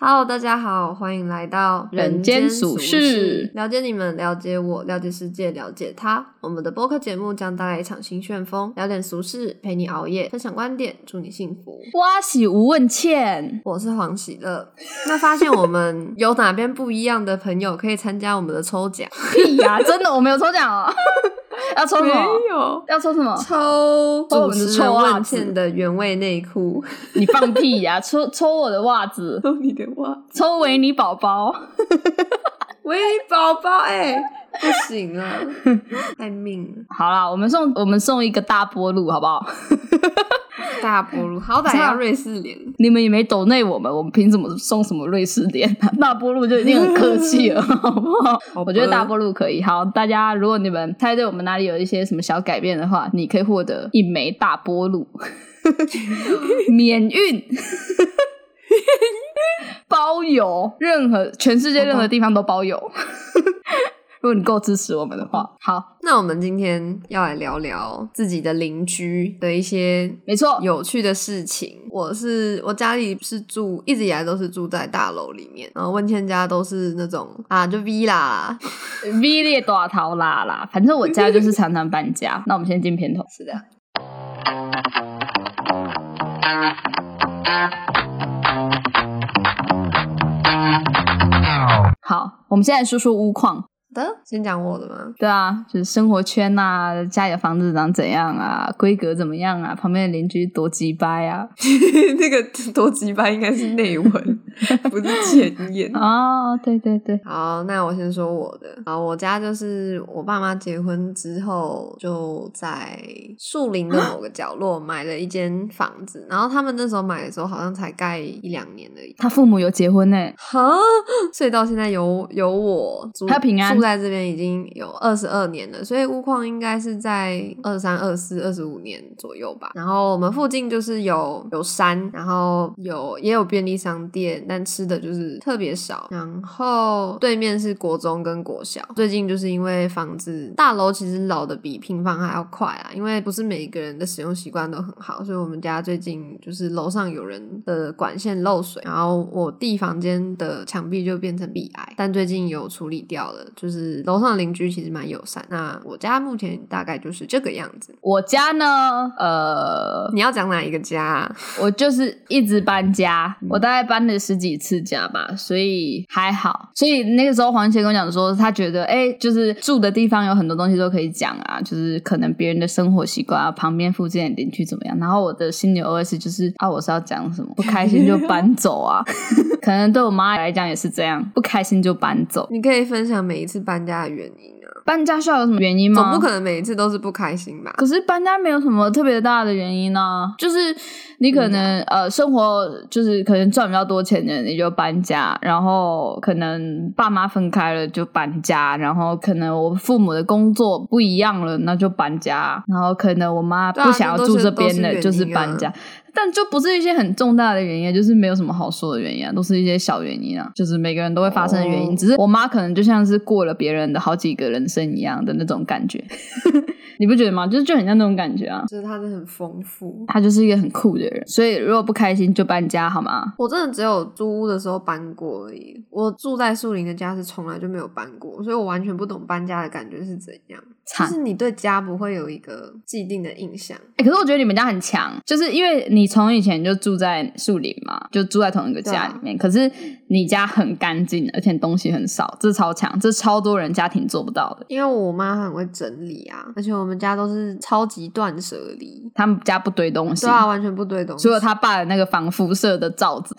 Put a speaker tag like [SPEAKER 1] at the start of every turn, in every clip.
[SPEAKER 1] Hello，大家好，欢迎来到
[SPEAKER 2] 人间俗
[SPEAKER 1] 事
[SPEAKER 2] 事，
[SPEAKER 1] 了解你们，了解我，了解世界，了解他。我们的播客节目将带来一场新旋风，聊点俗事，陪你熬夜，分享观点，祝你幸福。
[SPEAKER 2] 哇喜无 问倩，
[SPEAKER 1] 我是黄喜乐。那发现我们有哪边不一样的朋友可以参加我们的抽 奖？
[SPEAKER 2] 屁呀、真的我没有抽奖哦，要抽什么？
[SPEAKER 1] 有。
[SPEAKER 2] 要抽什么？
[SPEAKER 1] 抽
[SPEAKER 2] 抽
[SPEAKER 1] 主
[SPEAKER 2] 我们的
[SPEAKER 1] 持人
[SPEAKER 2] 臭袜
[SPEAKER 1] 问
[SPEAKER 2] 子
[SPEAKER 1] 倩的原味内裤，
[SPEAKER 2] 你放屁呀、抽抽我的袜子，
[SPEAKER 1] 抽你的袜，
[SPEAKER 2] 抽维尼宝宝，
[SPEAKER 1] 喂宝宝，哎、不行了，太命了，
[SPEAKER 2] 好啦，我们送我们送一个大波路好不好？
[SPEAKER 1] 大波路，好歹要瑞士脸，
[SPEAKER 2] 你们也没抖内我们，我们凭什么送什么瑞士莲？大波路就已经很客气 了，好不好？
[SPEAKER 1] 好吧
[SPEAKER 2] 我觉得大波路可以。好，大家如果你们猜对我们哪里有一些什么小改变的话，你可以获得一枚大 波路，免运。包邮，任何全世界任何地方都包邮。 如果你够支持我们的话，好，
[SPEAKER 1] 那我们今天要来聊聊自己的邻居的一些
[SPEAKER 2] 没错，
[SPEAKER 1] 有趣的事情。我是我家里是住一直以来都是住在大楼里面，然后问倩家都是那种啊就 villa 啦，
[SPEAKER 2] V 列多桃啦啦，反正我家就是常常搬 家。那我们先进片头。
[SPEAKER 1] 是的。
[SPEAKER 2] 好，我们现在说说屋况。
[SPEAKER 1] 的，先讲我的吗？
[SPEAKER 2] 对啊，就是生活圈啊，家里的房子长怎样啊，规格怎么样啊，旁边的邻居多鸡掰啊。
[SPEAKER 1] 那个多吉巴应该是内文，不是前言。
[SPEAKER 2] 哦，对对对，
[SPEAKER 1] 好，那我先说我的。好，我家就是我爸妈结婚之后，就在树林的某个角落买了一间房子，然后他们那时候买的时候好像才盖一两年而已。
[SPEAKER 2] 他父母有结婚呢、
[SPEAKER 1] 哈， 所以到现在有有我住，
[SPEAKER 2] 他平安
[SPEAKER 1] 住在这边已经有二十二年了，所以屋况应该是在二三、二四、二十五年左右吧。然后我们附近就是有有山，然后有也有便利商店，但吃的就是特别少。然后对面是国中跟国小，最近就是因为房子大楼其实老的比平房还要快啊，因为不是每一个人的使用习惯都很好，所以我们家最近就是楼上有人的管线漏水，然后我弟房间的墙壁就变成壁癌，但最近有处理掉了。就是楼上的邻居其实蛮友善。那我家目前大概就是这个样子。
[SPEAKER 2] 我家呢，呃，
[SPEAKER 1] 你要讲哪一个家、啊？
[SPEAKER 2] 我就是一直搬家，
[SPEAKER 1] 嗯
[SPEAKER 2] 我大概搬了十几次家吧，所以还好。所以那个时候黄先跟我讲说，他觉得哎、诶就是住的地方有很多东西都可以讲啊，就是可能别人的生活习惯啊，旁边附近的邻居怎么样。然后我的心里 OS 就是啊，我是要讲什么？不开心就搬走啊， 可能对我妈来讲也是这样，不开心就搬走。
[SPEAKER 1] 你可以分享每一次搬家的原因啊，
[SPEAKER 2] 搬家需要有什么原因吗？
[SPEAKER 1] 总不可能每一次都是不开心吧？
[SPEAKER 2] 可是搬家没有什么特别大的原因呢、啊就是你可能、
[SPEAKER 1] 嗯
[SPEAKER 2] 呃生活就是可能赚比较多钱的你就搬家，然后可能爸妈分开了就搬家，然后可能我父母的工作不一样了那就搬家，然后可能我妈
[SPEAKER 1] 对啊
[SPEAKER 2] 不想
[SPEAKER 1] 这
[SPEAKER 2] 要
[SPEAKER 1] 都
[SPEAKER 2] 住
[SPEAKER 1] 是
[SPEAKER 2] 这边
[SPEAKER 1] 都是
[SPEAKER 2] 的、
[SPEAKER 1] 原因啊
[SPEAKER 2] 就是搬家。但就不是一些很重大的原因，就是没有什么好说的原因啊，都是一些小原因啊，就是每个人都会发生的原因。
[SPEAKER 1] 哦
[SPEAKER 2] 只是我妈可能就像是过了别人的好几个人生一样的那种感觉，你不觉得吗？就是就很像那种感觉啊。
[SPEAKER 1] 就是它真的很丰富。
[SPEAKER 2] 她就是一个很酷的人，所以如果不开心就搬家好吗？
[SPEAKER 1] 我真的只有租屋的时候搬过而已。我住在树林的家是从来就没有搬过，所以我完全不懂搬家的感觉是怎样。就
[SPEAKER 2] 惨
[SPEAKER 1] 是你对家不会有一个既定的印象，
[SPEAKER 2] 欸可是我觉得你们家很强，就是因为你从以前就住在树林嘛，就住在同一个家
[SPEAKER 1] 啊
[SPEAKER 2] 里面。可是你家很干净，而且东西很少，这超强，这超多人家庭做不到的。
[SPEAKER 1] 因为我妈很会整理啊，而且我们家都是超级断舍离，
[SPEAKER 2] 他们家不堆东西，
[SPEAKER 1] 对啊，完全不堆东西。
[SPEAKER 2] 除了他爸的那个防辐射的 罩子。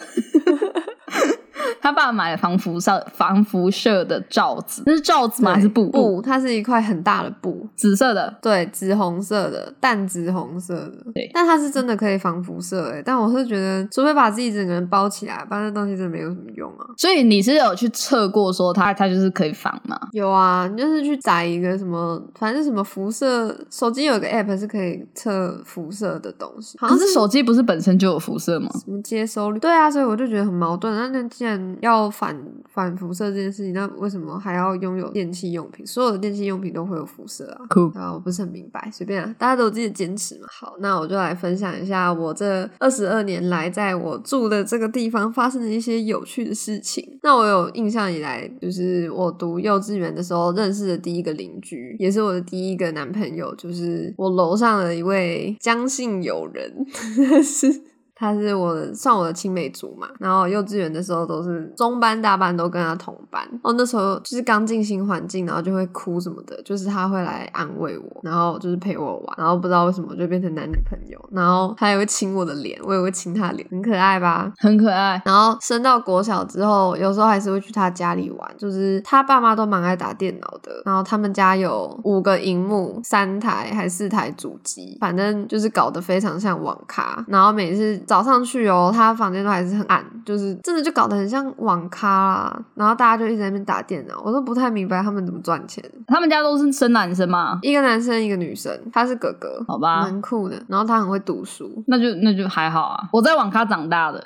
[SPEAKER 2] 他爸买了防辐射防辐射的罩子，那是罩子吗？
[SPEAKER 1] 对
[SPEAKER 2] 还是布？
[SPEAKER 1] 布，它是一块很大的布，
[SPEAKER 2] 紫色的。
[SPEAKER 1] 对，紫红色的，淡紫红色的。
[SPEAKER 2] 对
[SPEAKER 1] 但它是真的可以防辐射诶、欸但我是觉得，除非把自己整个人包起来，不然那东西真的没有什么用啊。
[SPEAKER 2] 所以你是有去测过说它它就是可以防吗？
[SPEAKER 1] 有啊，你就是去载一个什么，反正什么辐射，手机有个 app 是可以测辐射的东西，好像
[SPEAKER 2] 可是手机不是本身就有辐射吗？
[SPEAKER 1] 什么接收率。对啊，所以我就觉得很矛盾。那那既然要反反辐射这件事情，那为什么还要拥有电器用品？所有的电器用品都会有辐射啊。
[SPEAKER 2] 酷
[SPEAKER 1] 对啊，我不是很明白，随便啊，大家都有自己的坚持嘛。好，那我就来分享一下我这二十二年来在我住的这个地方发生的一些有趣的事情。那我有印象以来，就是我读幼稚园的时候认识的第一个邻居，也是我的第一个男朋友，就是我楼上的一位江姓友人， 是。他是我的算我的青梅竹马，然后幼稚园的时候都是中班大班都跟他同班。哦，那时候就是刚进新环境，然后就会哭什么的，就是他会来安慰我，然后就是陪我玩，然后不知道为什么就变成男女朋友，然后他也会亲我的脸，我也会亲他的脸，很可爱吧？
[SPEAKER 2] 很可爱。
[SPEAKER 1] 然后升到国小之后，有时候还是会去他家里玩，就是他爸妈都蛮爱打电脑的，然后他们家有五个荧幕，三台还是四台主机，反正就是搞得非常像网咖。然后每次早上去哦，他房间都还是很暗，就是真的就搞得很像网咖啦。然后大家就一直在那边打电脑，我都不太明白他们怎么赚钱。
[SPEAKER 2] 他们家都是生男生嘛，
[SPEAKER 1] 一个男生，一个女生，他是哥哥，
[SPEAKER 2] 好吧
[SPEAKER 1] 蛮酷的。然后他很会读书，
[SPEAKER 2] 那就那就还好啊。我在网咖长大的，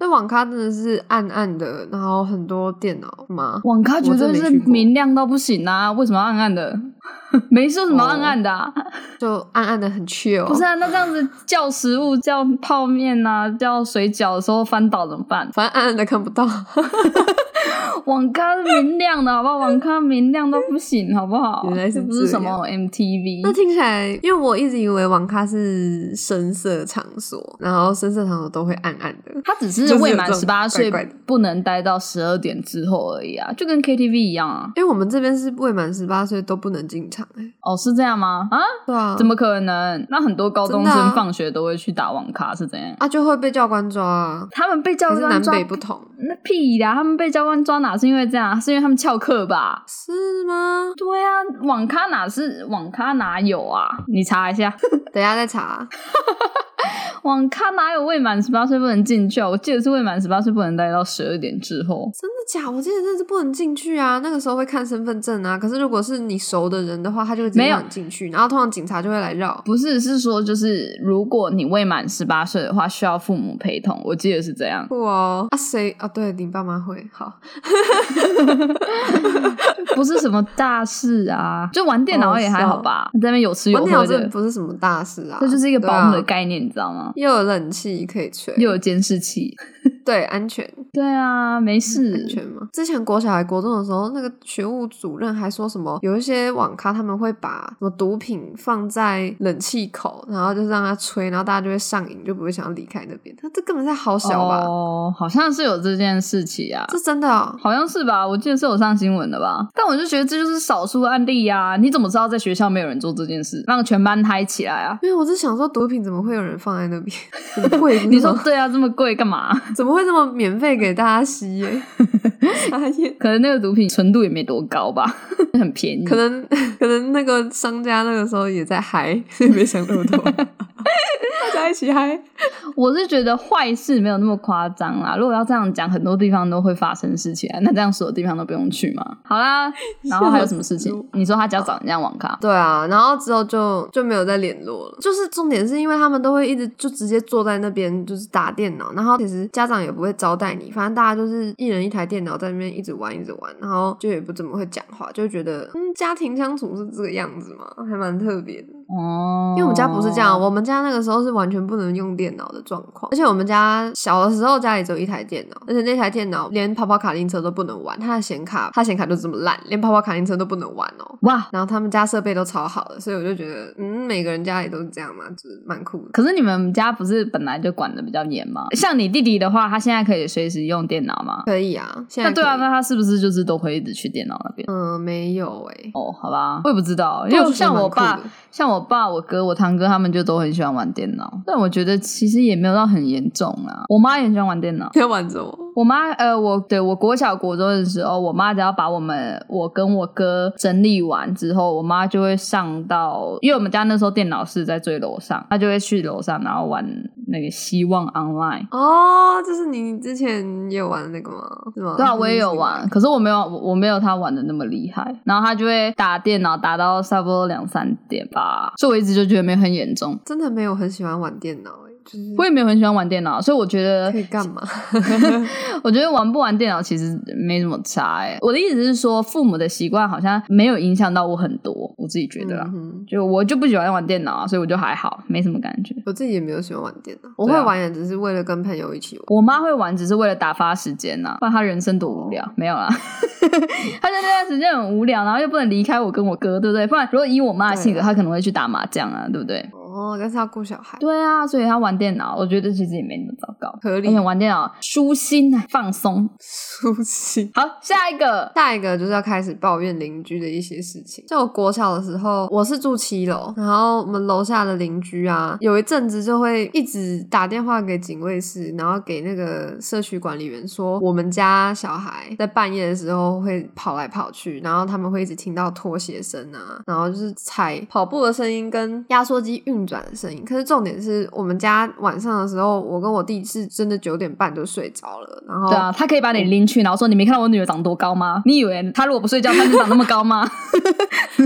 [SPEAKER 1] 那网咖真的是暗暗的，然后很多电脑吗？
[SPEAKER 2] 网咖绝对
[SPEAKER 1] 我真
[SPEAKER 2] 是
[SPEAKER 1] 没去过
[SPEAKER 2] 明亮到不行啊！为什么要暗暗的？ 没说什么暗暗的、啊，
[SPEAKER 1] 就暗暗的很 chill。
[SPEAKER 2] 不是啊？那这样子叫食物、叫泡面啊、叫水饺的时候翻倒怎么办？
[SPEAKER 1] 反正暗暗的看不到。
[SPEAKER 2] 嗯网咖是明亮的，好不好？网咖明亮到不行，好不好？
[SPEAKER 1] 原来是
[SPEAKER 2] 这不是
[SPEAKER 1] 这
[SPEAKER 2] 什
[SPEAKER 1] 样
[SPEAKER 2] 么
[SPEAKER 1] 那
[SPEAKER 2] MTV，
[SPEAKER 1] 听起来，因为我一直以为网咖是深色场所，然后深色场所都会暗暗的。
[SPEAKER 2] 它只
[SPEAKER 1] 就是是有
[SPEAKER 2] 未满
[SPEAKER 1] 这种
[SPEAKER 2] 十八岁
[SPEAKER 1] 怪怪的
[SPEAKER 2] 不能待到十二点之后而已啊，就跟 KTV 一样啊。
[SPEAKER 1] 因为我们这边是未满十八岁都不能进场、欸，
[SPEAKER 2] 哦，是这样吗？啊，
[SPEAKER 1] 对啊，
[SPEAKER 2] 怎么可能？那很多高中
[SPEAKER 1] 真的
[SPEAKER 2] 生
[SPEAKER 1] 啊
[SPEAKER 2] 放学都会去打网咖，是怎样？
[SPEAKER 1] 啊就会被教官抓啊？
[SPEAKER 2] 他们被教
[SPEAKER 1] 可是南
[SPEAKER 2] 官抓
[SPEAKER 1] 北不同，
[SPEAKER 2] 那屁啦！他们被教官抓哪是因为这样？啊是因为他们翘课吧？
[SPEAKER 1] 是吗？
[SPEAKER 2] 对啊，网咖哪是网咖哪有啊？你查一下，
[SPEAKER 1] 等一下再查。
[SPEAKER 2] 网咖哪有未满十八岁不能进去啊？我记得是未满十八岁不能待到十二点之后。
[SPEAKER 1] 真的假？我记得那是不能进去啊，那个时候会看身份证啊。可是如果是你熟的人的话，他就会直
[SPEAKER 2] 没
[SPEAKER 1] 接
[SPEAKER 2] 有
[SPEAKER 1] 让你进去，然后通常警察就会来绕。
[SPEAKER 2] 不是，是说就是如果你未满十八岁的话，需要父母陪同。我记得是这样，
[SPEAKER 1] 酷哦！啊谁啊？对你爸妈会好，
[SPEAKER 2] 不是什么大事啊，就玩电脑也还好吧，在那边有吃有
[SPEAKER 1] 哦玩电脑
[SPEAKER 2] 喝
[SPEAKER 1] 真的
[SPEAKER 2] 的，
[SPEAKER 1] 不是什么大事啊，
[SPEAKER 2] 这就是一个
[SPEAKER 1] 对
[SPEAKER 2] 保姆的
[SPEAKER 1] 啊
[SPEAKER 2] 概念，你知道吗？
[SPEAKER 1] 又有冷气可以吹，
[SPEAKER 2] 又有监视器，
[SPEAKER 1] 对安全
[SPEAKER 2] 对啊，没事
[SPEAKER 1] 安，全吗？之前国小还国中的时候，那个学务主任还说什么，有一些网咖他们会把什么毒品放在冷气口，然后就是让它吹，然后大家就会上瘾，就不会想要离开那边。他这根本在好小吧？
[SPEAKER 2] 哦，好像是有这件事情啊。
[SPEAKER 1] 这真的、哦？
[SPEAKER 2] 好像是吧，我记得是有上新闻的吧，但我就觉得这就是少数案例呀、啊。你怎么知道在学校没有人做这件事，让全班嗨起来啊？
[SPEAKER 1] 因为我是想说，毒品怎么会有人放在那边？ 很贵，不是
[SPEAKER 2] 你说
[SPEAKER 1] 吗
[SPEAKER 2] 对啊，这么贵干嘛？
[SPEAKER 1] 怎么会这么免费给大家吸耶、 傻眼。
[SPEAKER 2] 可能那个毒品纯度也没多高吧， 很便宜。
[SPEAKER 1] 可能 可能那个商家那个时候也在嗨， 所以没想那么多，大家一起嗨。
[SPEAKER 2] 我是觉得坏事没有那么夸张啦。如果要这样讲，很多地方都会发生事情啊。那这样所有地方都不用去嘛？好 啦，然后还有什么事
[SPEAKER 1] 笑死
[SPEAKER 2] 情
[SPEAKER 1] 我？
[SPEAKER 2] 你说他只要找人家网咖，
[SPEAKER 1] 对啊，然后之后就就没有再联络了。就是重点是因为他们都会一直就直接坐在那边就是打电脑，然后其实家长也不会招待你，反正大家就是一人一台电脑在那边一直玩一直玩，然后就也不怎么会讲话，就觉得嗯家庭相处是这个样子嘛，还蛮特别的。
[SPEAKER 2] 哦，
[SPEAKER 1] 因为我们家不是这样，啊我们家那个时候是完全不能用电脑的状况，而且我们家小的时候家里只有一台电脑，而且那台电脑连跑跑卡丁车都不能玩，它的显卡它显卡就这么烂，连跑跑卡丁车都不能玩哦。
[SPEAKER 2] 哇。
[SPEAKER 1] 然后他们家设备都超好的，所以我就觉得，嗯，每个人家里都是这样嘛，就是蛮酷的。
[SPEAKER 2] 可是你们家不是本来就管的比较严吗？像你弟弟的话，他现在可以随时用电脑吗？
[SPEAKER 1] 可以啊，现在
[SPEAKER 2] 那对
[SPEAKER 1] 可
[SPEAKER 2] 啊，
[SPEAKER 1] 以
[SPEAKER 2] 那他是不是就是都会一直去电脑那边？
[SPEAKER 1] 嗯，没有哎、
[SPEAKER 2] 哦，好吧，我也不知道，
[SPEAKER 1] 啊
[SPEAKER 2] 因为像我爸，像我爸、我哥、我堂哥他们就都很喜欢玩电脑，但我觉得其实也没有到很严重啦。我妈也很喜欢玩电脑。
[SPEAKER 1] 要玩什么？
[SPEAKER 2] 我妈，呃，我对我国小国中的时候，我妈只要把我们我跟我哥整理完之后，我妈就会上到，因为我们家那时候电脑是在最楼上，她就会去楼上，然后玩那个希望 online。
[SPEAKER 1] 哦，就是你之前也有玩的那个吗？是吗？
[SPEAKER 2] 对啊，我也有玩，可是我没有我我没有他玩的那么厉害。然后他就会打电脑打到差不多两三点吧，所以我一直就觉得没有很严重。
[SPEAKER 1] 真的没有很喜欢玩电脑哎、就是
[SPEAKER 2] 我也没有很喜欢玩电脑，所以我觉得
[SPEAKER 1] 可以干嘛？
[SPEAKER 2] 我觉得玩不玩电脑其实没什么差、欸。我的意思是说，父母的习惯好像没有影响到我很多，我自己觉得啦。
[SPEAKER 1] 嗯哼
[SPEAKER 2] 就我就不喜欢玩电脑啊，所以我就还好，没什么感觉。
[SPEAKER 1] 我自己也没有喜欢玩电脑，我
[SPEAKER 2] 对
[SPEAKER 1] 会
[SPEAKER 2] 啊
[SPEAKER 1] 玩也只是为了跟朋友一起玩。
[SPEAKER 2] 我妈会玩，只是为了打发时间呐、不然她人生多无
[SPEAKER 1] 哦
[SPEAKER 2] 聊。没有啦， 她在那段时间很无聊，然后又不能离开我跟我哥，对不对？不然如果以我妈的性格，
[SPEAKER 1] 对啊
[SPEAKER 2] 她可能会去打麻将啊，对不对？
[SPEAKER 1] 哦，但是要顾小孩，
[SPEAKER 2] 对啊，所以她玩电脑，我觉得其实也没那么糟糕。
[SPEAKER 1] 合
[SPEAKER 2] 而
[SPEAKER 1] 理
[SPEAKER 2] 且玩电脑舒心啊放松。
[SPEAKER 1] 舒心。
[SPEAKER 2] 好，下一个
[SPEAKER 1] 下一个就是要开始抱怨邻居的一些事情。就我国小的时候，我是住七楼，然后我们楼下的邻居啊，有一阵子就会一直打电话给警卫室，然后给那个社区管理员说，我们家小孩在半夜的时候会跑来跑去，然后他们会一直听到拖鞋声啊，然后就是踩跑步的声音跟压缩机运转的声音。可是重点是我们家晚上的时候，我跟我弟是真的九点半就睡着了，然后
[SPEAKER 2] 对啊，他可以把你拎去，然后说你没看到我女儿长多高吗？你以为她如果不睡觉，她能长那么高 吗？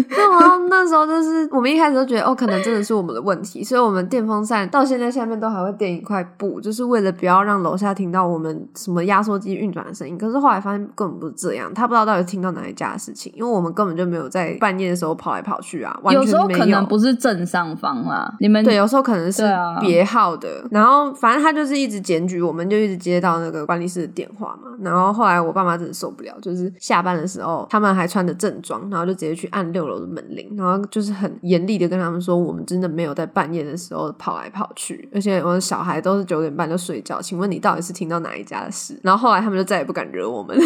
[SPEAKER 1] 那我要那时候就是我们一开始都觉得哦，可能真的是我们的问题，所以我们电风扇到现在下面都还会垫一块布，就是为了不要让楼下听到我们什么压缩机运转的声音。可是后来发现根本不是这样，他不知道到底听到哪一家的事情，因为我们根本就没有在半夜的时候跑来跑去啊，完全
[SPEAKER 2] 有时候
[SPEAKER 1] 没
[SPEAKER 2] 可能不是正上方啦，你们
[SPEAKER 1] 嗯对，有时候可能是
[SPEAKER 2] 对哦啊
[SPEAKER 1] 别号的，然后反正他就是一直检举，我们就一直接到那个管理室的电话嘛。然后后来我爸妈真的受不了，就是下班的时候他们还穿着正装，然后就直接去按六楼的门铃，然后就是很严厉的跟他们说，我们真的没有在半夜的时候跑来跑去，而且我的小孩都是九点半就睡觉，请问你到底是听到哪一家的事？然后后来他们就再也不敢惹我 们，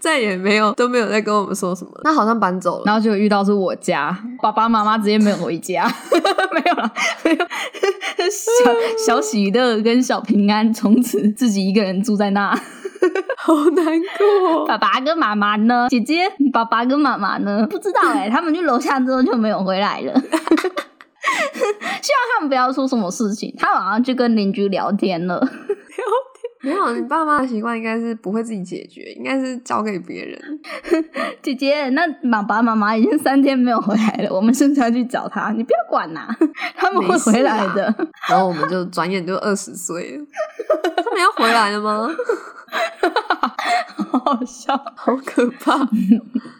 [SPEAKER 1] 再也没有都没有再跟我们说什么。他好像搬走了，
[SPEAKER 2] 然后就遇到是我家，爸爸妈妈直接没有回家， 没有啦，没有小小喜乐跟小平安从此自己一个人住在那。
[SPEAKER 1] 好难过哦、
[SPEAKER 2] 爸爸跟妈妈呢？姐姐，爸爸跟妈妈呢？不知道哎、他们去楼下之后就没有回来了。希 望他们不要出什么事情。他晚上去跟邻居聊天了。
[SPEAKER 1] 没有，你爸妈的习惯应该是不会自己解决，应该是交给别人。
[SPEAKER 2] 姐姐，那爸爸妈妈已经三天没有回来了，我们是不是要去找他？你不要管 呐、他们会回来
[SPEAKER 1] 没事
[SPEAKER 2] 的。
[SPEAKER 1] 然后我们就转眼就二十岁了，他们要回来了吗？
[SPEAKER 2] 好好笑，
[SPEAKER 1] 好可怕！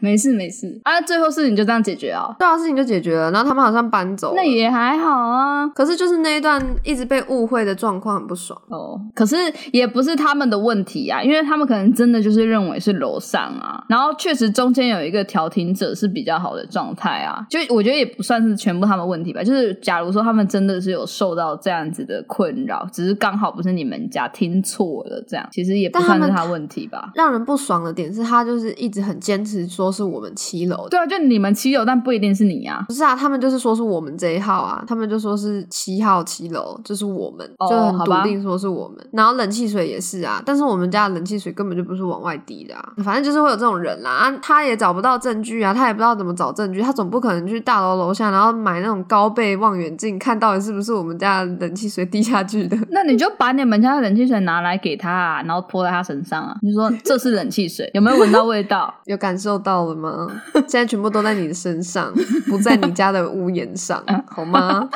[SPEAKER 2] 没事没事啊，最后事情就这样解决哦。
[SPEAKER 1] 对啊，事情就解决了，然后他们好像搬走了
[SPEAKER 2] 那也还好啊。
[SPEAKER 1] 可是就是那一段一直被误会的状况很不爽。
[SPEAKER 2] 哦，可是也不是他们的问题啊，因为他们可能真的就是认为是楼上啊，然后确实中间有一个调停者是比较好的状态啊，就我觉得也不算是全部他们问题吧，就是假如说他们真的是有受到这样子的困扰，只是刚好不是你们家听错了这样，其实也不
[SPEAKER 1] 但他
[SPEAKER 2] 算
[SPEAKER 1] 们
[SPEAKER 2] 是他问题吧。
[SPEAKER 1] 让人不爽的点是，他就是一直很坚持说是我们七楼的。
[SPEAKER 2] 对啊，就你们七楼，但不一定是你啊。
[SPEAKER 1] 不是啊，他们就是说是我们这一号啊，他们就说是七号七楼，就是我们，
[SPEAKER 2] 哦
[SPEAKER 1] 就很
[SPEAKER 2] 好
[SPEAKER 1] 笃
[SPEAKER 2] 吧
[SPEAKER 1] 定说是我们。然后冷气水也是啊，但是我们家的冷气水根本就不是往外滴的啊，反正就是会有这种人啦、啊，他也找不到证据啊，他也不知道怎么找证据，他总不可能去大楼楼下，然后买那种高倍望远镜看到底是不是我们家的冷气水滴下去的。
[SPEAKER 2] 那你就把你们家的冷气水拿来给他、啊，然后泼在他身上啊！你就说这是冷气水，有没有闻到味道？
[SPEAKER 1] 有感受到了吗？现在全部都在你的身上，不在你家的屋檐 上，好吗？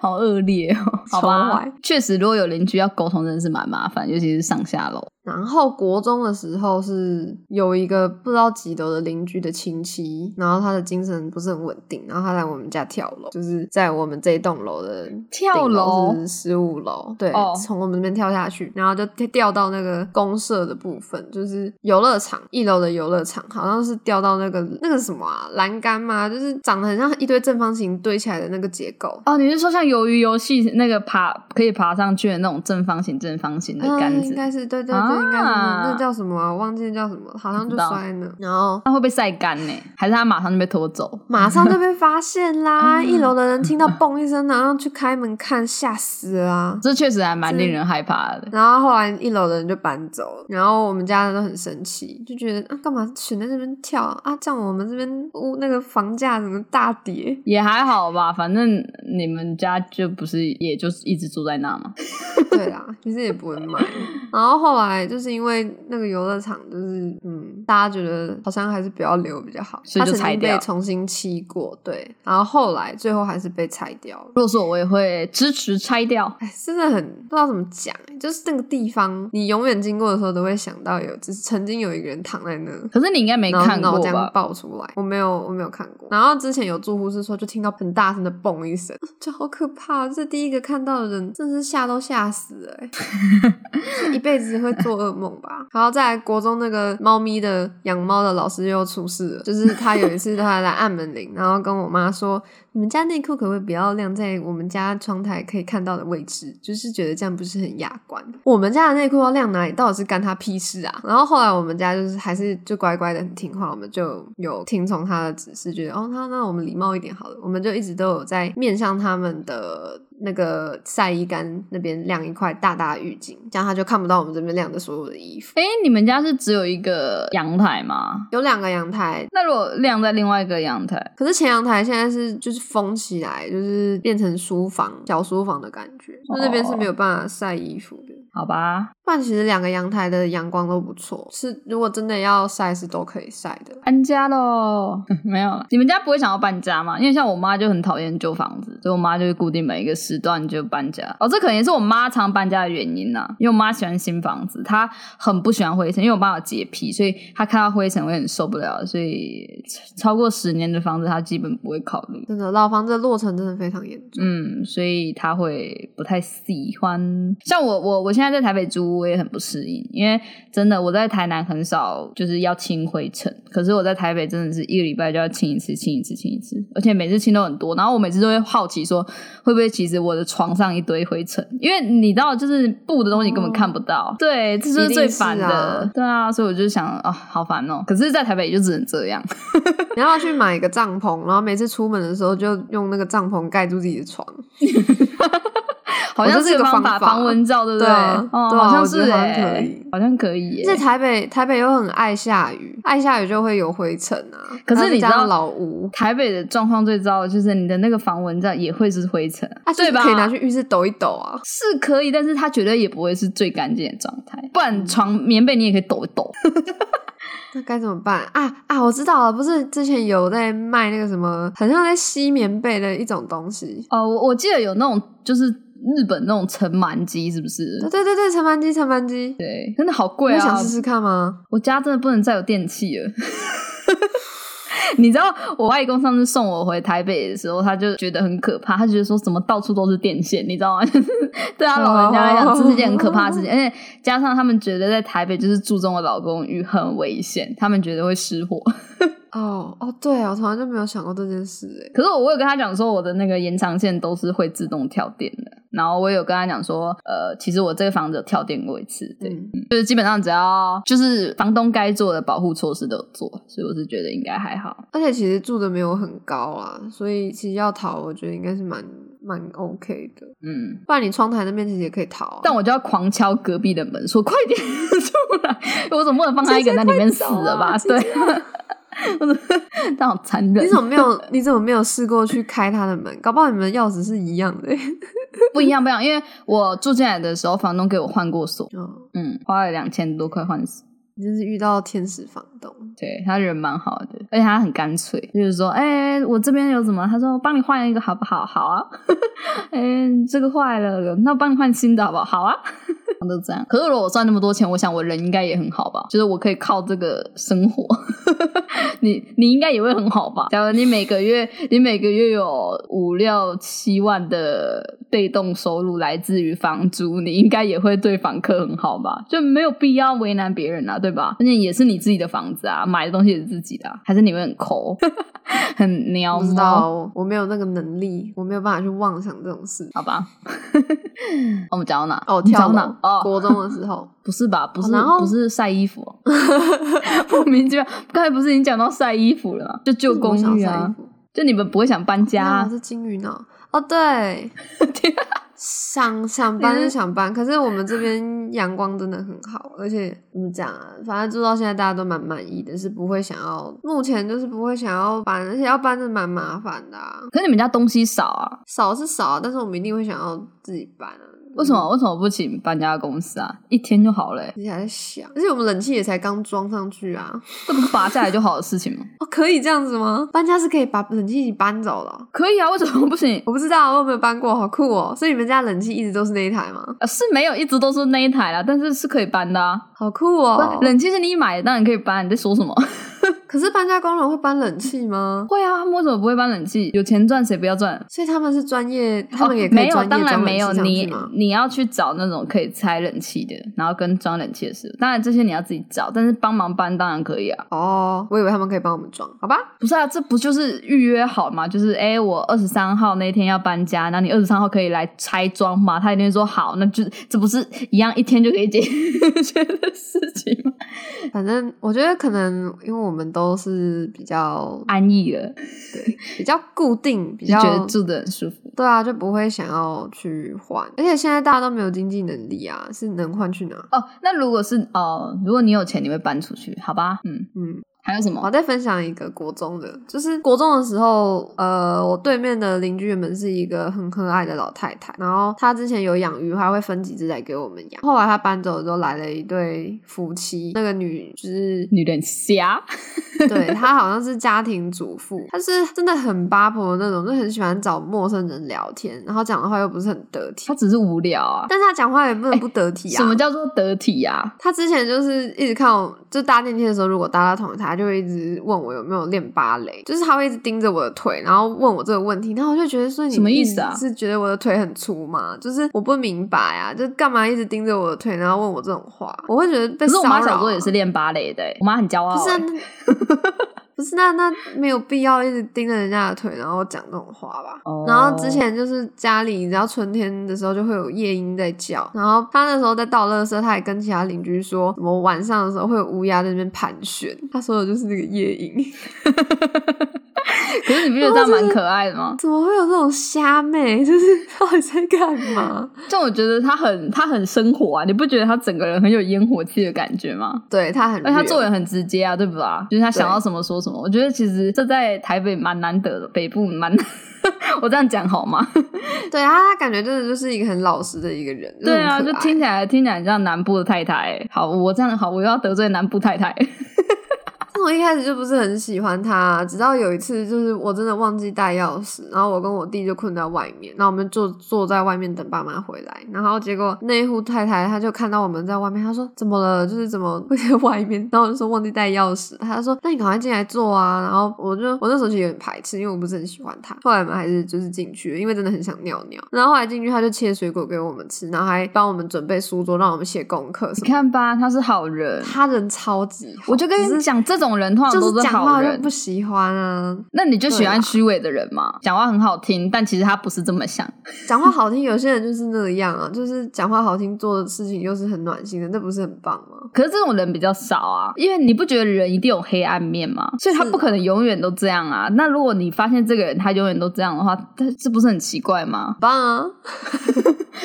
[SPEAKER 2] 好恶劣哦，好
[SPEAKER 1] 超
[SPEAKER 2] 吧
[SPEAKER 1] 坏。
[SPEAKER 2] 确实，如果有邻居要沟通，真的是蛮麻烦，尤其是上下楼。
[SPEAKER 1] 然后国中的时候是有一个不知道几楼的邻居的亲戚，然后他的精神不是很稳定，然后他来我们家跳楼，就是在我们这一栋楼的
[SPEAKER 2] 跳楼
[SPEAKER 1] 十五楼，对
[SPEAKER 2] 哦，
[SPEAKER 1] 从、我们那边跳下去，然后就掉到那个公社的部分，就是游乐场一楼的游乐场，好像是掉到那个那个什么啊栏杆嘛，就是长得很像一堆正方形堆起来的那个结构。
[SPEAKER 2] 哦，你是说像鱿鱼游戏那个爬可以爬上去的那种正方形、正方形的杆
[SPEAKER 1] 嗯，
[SPEAKER 2] 子
[SPEAKER 1] 应？该是对对对，
[SPEAKER 2] 啊
[SPEAKER 1] 应该是那那叫什么啊？我忘记叫什么，好像就
[SPEAKER 2] 不知道
[SPEAKER 1] 摔那，然后
[SPEAKER 2] 那、会被晒干呢，还是他马上就被拖走？
[SPEAKER 1] 马上就被发现啦！
[SPEAKER 2] 嗯
[SPEAKER 1] 一楼的人听到嘣一声，然后去开门看，吓死了啊！
[SPEAKER 2] 这确实还蛮
[SPEAKER 1] 是
[SPEAKER 2] 令人害怕的。
[SPEAKER 1] 然后后来一楼的人就搬走了，然后我们家人都很生气，就觉得啊，干嘛选在这边跳啊？啊这样我们这边屋那个房价怎么大跌？
[SPEAKER 2] 也还好吧，反正你们家就不是，也就是一直住在那嘛。
[SPEAKER 1] 对啦，其实也不会卖。然后后来就是因为那个游乐场就是嗯，大家觉得好像还是不要留比较好，
[SPEAKER 2] 所以就
[SPEAKER 1] 它曾
[SPEAKER 2] 拆
[SPEAKER 1] 经
[SPEAKER 2] 掉
[SPEAKER 1] 被重新漆过，对，然后后来最后还是被拆掉了。
[SPEAKER 2] 若是我，我也会支持拆掉。
[SPEAKER 1] 哎，真的很不知道怎么讲、哎就是那个地方，你永远经过的时候都会想到有，只是曾经有一个人躺在那，
[SPEAKER 2] 可是你应该没
[SPEAKER 1] 然后
[SPEAKER 2] 看
[SPEAKER 1] 脑
[SPEAKER 2] 过
[SPEAKER 1] 浆
[SPEAKER 2] 吧？
[SPEAKER 1] 爆出来，我没有，我没有看过。然后之前有住户是说，就听到很大声的嘣一声， 就好可怕、这第一个看到的人，真是吓都吓死了、欸， 一辈子会做噩梦吧。然后再来国中那个猫咪的养猫的老师又出事了，就是他有一次他来按门铃，然后跟我妈说：“你们家内裤可不可以不要晾在我们家窗台可以看到的位置？”就是觉得这样不是很雅观。我们家的内裤要晾哪里，到底是干他屁事啊？然后后来我们家就是还是就乖乖的很听话，我们就有听从他的指示，觉得哦，那那我们礼貌一点好了，我们就一直都有在面向他们的那个晒衣杆那边晾一块大大的浴巾，这样他就看不到我们这边晾的所有的衣服。
[SPEAKER 2] 哎、你们家是只有一个阳台吗？
[SPEAKER 1] 有两个阳台，
[SPEAKER 2] 那如果晾在另外一个阳台，
[SPEAKER 1] 可是前阳台现在是就是封起来，就是变成书房、小书房的感觉，就那边是
[SPEAKER 2] 哦
[SPEAKER 1] 没有办法晒衣服的。
[SPEAKER 2] 好吧？
[SPEAKER 1] 不然其实两个阳台的阳光都不错，是如果真的要晒是都可以晒的。
[SPEAKER 2] 搬家喽？ 没有了。你们家不会想要搬家吗？因为像我妈就很讨厌旧房子，所以我妈就会固定每一个时段就搬家。哦，这可能也是我妈常搬家的原因呐、因为我妈喜欢新房子，她很不喜欢灰尘，因为我妈有洁癖，所以她看到灰尘会很受不了。所以超过十年的房子，她基本不会考虑。
[SPEAKER 1] 真的，老房子的落成真的非常严重。
[SPEAKER 2] 嗯，所以他会不太喜欢。像我，我我现在在台北租，我也很不适应，因为真的我在台南很少就是要清灰尘，可是我在台北真的是一个礼拜就要清一次、清一次、清一次，而且每次清都很多。然后我每次都会好奇说，会不会其实我的床上一堆灰尘？因为你知道，就是布的东西根本看不到。对，这就是
[SPEAKER 1] 哦一定
[SPEAKER 2] 最
[SPEAKER 1] 是
[SPEAKER 2] 烦的。
[SPEAKER 1] 啊
[SPEAKER 2] 对啊，所以我就想，哦，好烦哦。可是，在台北也就只能这样。
[SPEAKER 1] 你要不要去买一个帐篷，然后每次出门的时候就用那个帐篷盖住自己的床。
[SPEAKER 2] 好像
[SPEAKER 1] 哦这是
[SPEAKER 2] 是
[SPEAKER 1] 一个
[SPEAKER 2] 方
[SPEAKER 1] 方
[SPEAKER 2] 法，
[SPEAKER 1] 法
[SPEAKER 2] 防蚊罩，对不
[SPEAKER 1] 对啊
[SPEAKER 2] 哦，
[SPEAKER 1] 对啊
[SPEAKER 2] 好像
[SPEAKER 1] 我觉
[SPEAKER 2] 是
[SPEAKER 1] 得好像
[SPEAKER 2] 欸
[SPEAKER 1] 可以
[SPEAKER 2] 好像可以欸耶
[SPEAKER 1] 在。台北，台北又很爱下雨，爱下雨就会有灰尘啊。
[SPEAKER 2] 可
[SPEAKER 1] 然
[SPEAKER 2] 是
[SPEAKER 1] 后再
[SPEAKER 2] 你知
[SPEAKER 1] 加
[SPEAKER 2] 道
[SPEAKER 1] 上老屋，
[SPEAKER 2] 台北的状况最糟，的就是你的那个防蚊罩也会是灰尘，
[SPEAKER 1] 啊，就是
[SPEAKER 2] 对吧？
[SPEAKER 1] 可以拿去浴室抖一抖啊。
[SPEAKER 2] 是可以，但是它绝对也不会是最干净的状态。
[SPEAKER 1] 嗯
[SPEAKER 2] 不然床棉被你也可以抖一抖，
[SPEAKER 1] 那该怎么办啊啊！我知道了，不是之前有在卖那个什么，很像在吸棉被的一种东西。
[SPEAKER 2] 哦，我我记得有那种就是日本那种尘螨机，是不是
[SPEAKER 1] 对？对对对，尘螨机，尘螨机，
[SPEAKER 2] 对，真的好
[SPEAKER 1] 你
[SPEAKER 2] 贵
[SPEAKER 1] 会
[SPEAKER 2] 啊！
[SPEAKER 1] 想试试看吗？
[SPEAKER 2] 我家真的不能再有电器了。 你知道我外公上次送我回台北的时候，他就觉得很可怕，他觉得说怎么到处都是电线，你知道吗？ 对他老人家来讲，
[SPEAKER 1] 哦
[SPEAKER 2] 这是件很可怕的事情，而且加上他们觉得在台北就是住中的老公寓很危险，他们觉得会失火。 嗯
[SPEAKER 1] 哦哦，对，我从来就没有想过这件事哎。
[SPEAKER 2] 可是我我有跟他讲说，我的那个延长线都是会自动跳电的。然后我有跟他讲说，呃，其实我这个房子有跳电过一次，对，
[SPEAKER 1] 嗯，
[SPEAKER 2] 就是基本上只要就是房东该做的保护措施都有做，所以我是觉得应该还好。
[SPEAKER 1] 而且其实住的没有很高啊，所以其实要逃，我觉得应该是蛮蛮 OK 的。
[SPEAKER 2] 嗯，
[SPEAKER 1] 不然你窗台那边其实也可以逃啊。
[SPEAKER 2] 但我就要狂敲隔壁的门，说快点 出来，我总不能放他一个人在里面死了吧？
[SPEAKER 1] 姐姐快啊
[SPEAKER 2] 对，我说 但好残忍，
[SPEAKER 1] 你怎么没有？你怎么没有试过去开他的门？搞不好你们的钥匙是一样的、欸
[SPEAKER 2] 不一样？不一样，因为我住进来的时候，房东给我换过锁，
[SPEAKER 1] 哦，
[SPEAKER 2] 嗯，花了两千多块换锁。
[SPEAKER 1] 你真是遇到天使房东。
[SPEAKER 2] 对他人蛮好的，而且他很干脆，就是说，哎、我这边有什么？他说，我帮你换一个好不好？好啊。 哎、这个坏了，那我帮你换新的好不好？好啊。 都这样。可是如果我赚那么多钱，我想我人应该也很好吧，就是我可以靠这个生活。 你你应该也会很好吧？假如你每个月你每个月有五六七万的被动收入来自于房租，你应该也会对房客很好吧？就没有必要为难别人啊，对吧？而且也是你自己的房子啊，买的东西也是自己的、啊，还是你会很抠， 很
[SPEAKER 1] 我
[SPEAKER 2] 娘
[SPEAKER 1] 不知
[SPEAKER 2] 吗？
[SPEAKER 1] 道，我没有那个能力，我没有办法去妄想这种事。
[SPEAKER 2] 好吧，我们讲到哪？
[SPEAKER 1] 哦，
[SPEAKER 2] 我们
[SPEAKER 1] 跳
[SPEAKER 2] 讲到哪
[SPEAKER 1] 楼！
[SPEAKER 2] 哦，
[SPEAKER 1] 国中的时候，
[SPEAKER 2] 不是吧？不是，
[SPEAKER 1] 然后
[SPEAKER 2] 不是晒 衣服、哦， 莫名其妙。刚才不是已经讲到晒衣服了 吗？就旧公
[SPEAKER 1] 我想
[SPEAKER 2] 寓
[SPEAKER 1] 晒衣
[SPEAKER 2] 啊，
[SPEAKER 1] 服
[SPEAKER 2] 就你们不会想搬家、啊
[SPEAKER 1] 啊，是金鱼脑。哦，对， 想想搬
[SPEAKER 2] 你
[SPEAKER 1] 就是想搬，可是我们这边阳光真的很好，而且怎么讲啊，反正住到现在大家都蛮满意的，是不会想要，目前就是不会想要搬，而且要搬是蛮麻烦的、啊。
[SPEAKER 2] 可是你们家东西少啊，
[SPEAKER 1] 少是少啊，但是我们一定会想要自己搬啊。
[SPEAKER 2] 为什么为什么不请搬家公司啊？一天就好了、欸，
[SPEAKER 1] 自己还在想，而且我们冷气也才刚装上去啊。
[SPEAKER 2] 这不是拔下来就好的事情吗？
[SPEAKER 1] 哦，可以这样子吗？搬家是可以把冷气一起搬走的哦、
[SPEAKER 2] 可以啊，为什么不行？
[SPEAKER 1] 我不知道我有没有搬过，好酷哦！所以你们家冷气一直都是那一台吗？
[SPEAKER 2] 呃，是没有一直都是那一台啦，但是是可以搬的啊。
[SPEAKER 1] 好酷哦！
[SPEAKER 2] 冷气是你买的，当然可以搬。你在说什么？
[SPEAKER 1] 可是搬家工人会搬冷气吗？
[SPEAKER 2] 会啊，他们为什么不会搬冷气？有钱赚谁不要赚？
[SPEAKER 1] 所以他们是专业，他们也
[SPEAKER 2] 没
[SPEAKER 1] 可以
[SPEAKER 2] 有，
[SPEAKER 1] 专业
[SPEAKER 2] 当然
[SPEAKER 1] 装冷
[SPEAKER 2] 哦没
[SPEAKER 1] 气
[SPEAKER 2] 有。
[SPEAKER 1] 上去
[SPEAKER 2] 你
[SPEAKER 1] 吗？
[SPEAKER 2] 你要去找那种可以拆冷气的，然后跟装冷气的师傅。当然这些你要自己找，但是帮忙搬当然可以啊。
[SPEAKER 1] 哦，我以为他们可以帮我们装，好吧？
[SPEAKER 2] 不是啊，这不就是预约好吗？就是哎、我二十三号那天要搬家，那你二十三号可以来拆装吗？他一定会说好，那就这不是一样一天就可以解 决的事情吗？
[SPEAKER 1] 反正我觉得可能因为我们都是比较
[SPEAKER 2] 安逸了，
[SPEAKER 1] 对比较固定，比
[SPEAKER 2] 就
[SPEAKER 1] 较
[SPEAKER 2] 觉得住的很舒服。
[SPEAKER 1] 对啊，就不会想要去换。而且现在大家都没有经济能力啊，是能换去哪？
[SPEAKER 2] 哦，那如果是哦，如果你有钱，你会搬出去，好吧？嗯，
[SPEAKER 1] 嗯，
[SPEAKER 2] 还有什
[SPEAKER 1] 我
[SPEAKER 2] 么？
[SPEAKER 1] 再分享一个国中的，就是国中的时候，呃，我对面的邻居原本是一个很可爱的老太太，然后她之前有养鱼，还会分几只来给我们养。后来她搬走的时候，来了一对夫妻，那个女就是
[SPEAKER 2] 女人虾，
[SPEAKER 1] 对她好像是家庭主妇，她是真的很八婆的那种，就很喜欢找陌生人聊天，然后讲的话又不是很得体
[SPEAKER 2] 她，只是无聊啊。
[SPEAKER 1] 但是她讲话也不能不得体啊。
[SPEAKER 2] 什么叫做得体呀、
[SPEAKER 1] 他之前就是一直看我，就搭电梯的时候，如果搭到同一台，他就会一直问我有没有练芭蕾，就是他会一直盯着我的腿，然后问我这个问题，然后我就觉得说你
[SPEAKER 2] 什么意思啊
[SPEAKER 1] 你是觉得我的腿很粗吗？就是我不明白啊，就干嘛一直盯着我的腿，然后问我这种话，我会觉得被
[SPEAKER 2] 可是我
[SPEAKER 1] 骚
[SPEAKER 2] 妈
[SPEAKER 1] 扰
[SPEAKER 2] 小时候
[SPEAKER 1] 啊
[SPEAKER 2] 也是练芭蕾的欸、我妈很骄傲、
[SPEAKER 1] 不是啊、
[SPEAKER 2] 欸。
[SPEAKER 1] 那 不是那那没有必要一直盯着人家的腿，然后讲这种话吧。
[SPEAKER 2] 哦
[SPEAKER 1] 然后之前就是家里，只要春天的时候就会有夜莺在叫，然后他那时候在倒垃圾，他也跟其他邻居说，什么晚上的时候会有乌鸦在那边盘旋，他说的就是那个夜莺。
[SPEAKER 2] 可是你不觉得这样蛮可爱的吗？
[SPEAKER 1] 怎么会有这种虾妹？ 就是到底在干嘛？
[SPEAKER 2] 但我觉得她很她很生活啊，你不觉得她整个人很有烟火气的感觉吗？
[SPEAKER 1] 对他很，
[SPEAKER 2] 而且她做人很直接啊，对吧？就是她想到什么说什么。我觉得其实这在台北蛮难 得的，北部蛮。我这样讲好 吗？
[SPEAKER 1] 对他，他感觉真的就是一个很老实的一个人。是
[SPEAKER 2] 对啊，
[SPEAKER 1] 很
[SPEAKER 2] 就
[SPEAKER 1] 嗯可爱
[SPEAKER 2] 听起来听起来很像南部的太太欸。好，我这样好，我又要得罪南部太太。
[SPEAKER 1] 但我一开始就不是很喜欢他，啊直到有一次，就是我真的忘记带钥匙，然后我跟我弟就困在外面，然后我们坐坐在外面等爸妈回来，然后结果那一户太太她就看到我们在外面，她说怎么了？就是怎么会在外面？然后我就说忘记带钥匙，她就说那你赶快进来坐啊。然后我就我那时候其实有点排斥，因为我不是很喜欢他。后来我们还是就是进去了，因为真的很想尿尿。然后后来进去，他就切水果给我们吃，然后还帮我们准备书桌，让我们写功课什么的。
[SPEAKER 2] 你看吧，他是好人。
[SPEAKER 1] 他人超级好，
[SPEAKER 2] 我就跟
[SPEAKER 1] 只
[SPEAKER 2] 你
[SPEAKER 1] 是
[SPEAKER 2] 讲，这种人通常
[SPEAKER 1] 就
[SPEAKER 2] 都
[SPEAKER 1] 是讲
[SPEAKER 2] 好
[SPEAKER 1] 话就
[SPEAKER 2] 人
[SPEAKER 1] 不。喜欢啊，
[SPEAKER 2] 那你就喜
[SPEAKER 1] 对啦
[SPEAKER 2] 欢虚伪的人嘛？讲话很好听，但其实他不是这么想。
[SPEAKER 1] 讲话好听，有些人就是那样啊，就是讲话好听，做的事情又是很暖心的，那不是很棒吗？
[SPEAKER 2] 可是这种人比较少啊，因为你不觉得人一定有黑暗面吗？所以他
[SPEAKER 1] 是
[SPEAKER 2] 不可能永远都这样啊。那如果你发现这个人他永远都这样的话，他这不是很奇怪吗？
[SPEAKER 1] 棒啊，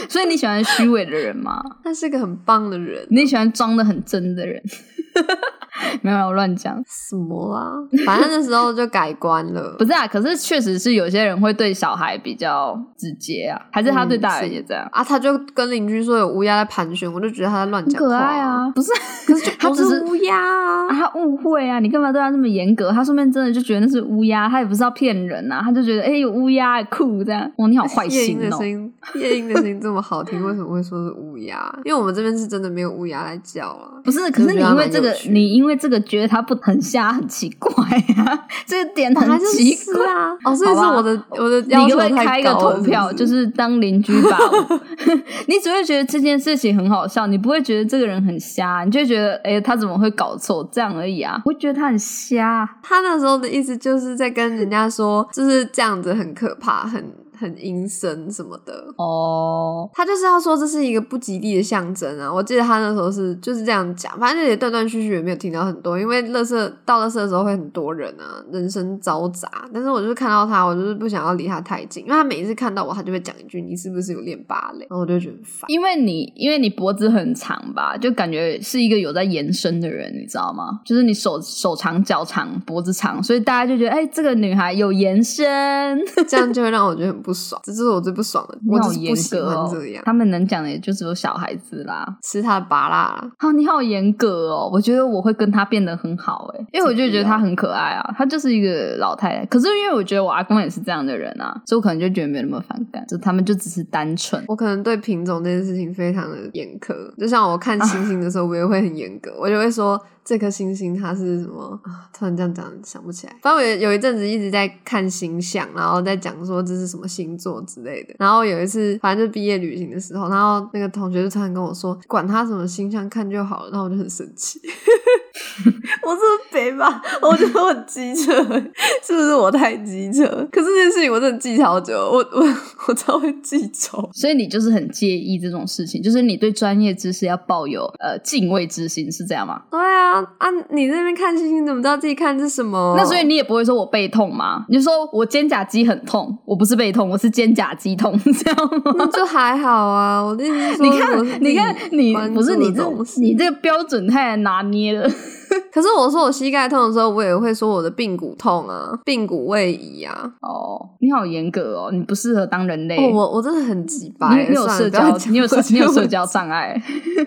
[SPEAKER 2] 所以你喜欢虚伪的人吗？
[SPEAKER 1] 他是个很棒的人。
[SPEAKER 2] 你喜欢装的很真的人？ 没有，我乱讲。
[SPEAKER 1] 什么啊？反正那时候就改观了
[SPEAKER 2] 不。是啊，可是确实是有些人会对小孩比较直接啊，还是他对大人也这样？
[SPEAKER 1] 啊，他就跟邻居说有乌鸦在盘旋，我就觉得他在乱
[SPEAKER 2] 很
[SPEAKER 1] 讲话。
[SPEAKER 2] 可爱，啊，不是？
[SPEAKER 1] 可是就
[SPEAKER 2] 他
[SPEAKER 1] 不
[SPEAKER 2] 只
[SPEAKER 1] 是
[SPEAKER 2] 是
[SPEAKER 1] 乌鸦啊
[SPEAKER 2] 啊，。他误会啊！你干嘛对他这么严格？他说不定真的就觉得那是乌鸦，他也不是要骗人啊，他就觉得哎、有乌鸦酷这样。哇，你好坏
[SPEAKER 1] 夜莺
[SPEAKER 2] 心
[SPEAKER 1] 的
[SPEAKER 2] 哦！
[SPEAKER 1] 声音，夜莺的声音这么好听，为什么会说是乌鸦？啊因为我们这边是真的没有乌鸦来叫啊。
[SPEAKER 2] 不是，可是你因为这
[SPEAKER 1] 我觉得蛮
[SPEAKER 2] 个
[SPEAKER 1] 有，趣
[SPEAKER 2] 你因为这个觉得他不很瞎，很奇怪啊，这个点
[SPEAKER 1] 本来
[SPEAKER 2] 很
[SPEAKER 1] 就
[SPEAKER 2] 奇
[SPEAKER 1] 是
[SPEAKER 2] 怪。
[SPEAKER 1] 啊，哦，所以是
[SPEAKER 2] 好吧
[SPEAKER 1] 我的我的
[SPEAKER 2] 你
[SPEAKER 1] 要
[SPEAKER 2] 可
[SPEAKER 1] 求
[SPEAKER 2] 不可以
[SPEAKER 1] 太
[SPEAKER 2] 开一个
[SPEAKER 1] 高了
[SPEAKER 2] 投票，
[SPEAKER 1] 是不
[SPEAKER 2] 就是是当邻居 吧？你只会觉得这件事情很好笑，你不会觉得这个人很瞎，你就会觉得哎、他怎么会搞错这样而已啊？我会觉得他很瞎。
[SPEAKER 1] 他那时候的意思就是在跟人家说，就是这样子很可怕，很很阴森什么的。
[SPEAKER 2] 哦，
[SPEAKER 1] 他就是要说这是一个不吉利的象征啊！我记得他那时候是就是这样讲，反正也断断续续也没有听到很多，因为垃圾到垃圾的时候会很多人啊，人声嘈杂。但是我就是看到他，我就是不想要离他太近，因为他每一次看到我，他就会讲一句：“你是不是有练芭蕾？”然后我就觉得很 烦。
[SPEAKER 2] 因为你因为你脖子很长吧，就感觉是一个有在延伸的人，你知道吗？就是你手手长脚长脖子长，所以大家就觉得哎、这个女孩有延伸。
[SPEAKER 1] 这样就会让我觉得很不爽，这就是我最不爽的。我
[SPEAKER 2] 你
[SPEAKER 1] 就
[SPEAKER 2] 好
[SPEAKER 1] 是
[SPEAKER 2] 严
[SPEAKER 1] 不喜
[SPEAKER 2] 格
[SPEAKER 1] 欢
[SPEAKER 2] 哦
[SPEAKER 1] 这样，
[SPEAKER 2] 他们能讲的也就只有小孩子啦。
[SPEAKER 1] 吃他的拔辣啦。
[SPEAKER 2] 好、你好严格哦！我觉得我会跟他变得很好诶、因为我就觉得他
[SPEAKER 1] 哦
[SPEAKER 2] 很可爱啊，他就是一个老太太。可是因为我觉得我阿公也是这样的人啊，所以我可能就觉得没有那么反感，就他们就只是单纯。
[SPEAKER 1] 我可能对品种这件事情非常的严苛，就像我看星星的时候，我也会很严格，我就会说这颗星星它是什么啊？突然这样讲想不起来。反正我有有一阵子一直在看星象，然后在讲说这是什么星座之类的。然后有一次，反正就毕业旅行的时候，然后那个同学就突然跟我说，管他什么星象，看就好了。然后我就很生气， 我是不是北吧，我觉得我很机车，是不是我太机车？可是这件事情我真的记好久，我我我超会记仇。
[SPEAKER 2] 所以你就是很介意这种事情，就是你对专业知识要抱有呃敬畏之心，是这样吗？
[SPEAKER 1] 对啊，啊，你那边看星星，怎么知道自己看是什么？
[SPEAKER 2] 那 所以你也不会说我背痛吗？你就说我肩胛肌很痛，我不是背痛，我是肩胛肌痛， 这样吗？
[SPEAKER 1] 那嗯就还好啊。我的意思是说，
[SPEAKER 2] 你
[SPEAKER 1] 如果
[SPEAKER 2] 看，你看，
[SPEAKER 1] 自己
[SPEAKER 2] 你
[SPEAKER 1] 关
[SPEAKER 2] 不是
[SPEAKER 1] 注的
[SPEAKER 2] 你这
[SPEAKER 1] 东西
[SPEAKER 2] 你这个标准太难拿捏了。
[SPEAKER 1] 可是我说我膝盖痛的时候，我也会说我的髌骨痛啊，髌骨位移啊。
[SPEAKER 2] 哦，你好严格哦，你不适合当人类。
[SPEAKER 1] 哦，我我真的很急白
[SPEAKER 2] 哎你，你有
[SPEAKER 1] 算了
[SPEAKER 2] 社
[SPEAKER 1] 不要
[SPEAKER 2] 交，
[SPEAKER 1] 讲
[SPEAKER 2] 你有社
[SPEAKER 1] 我觉得
[SPEAKER 2] 你有
[SPEAKER 1] 我
[SPEAKER 2] 社交障碍。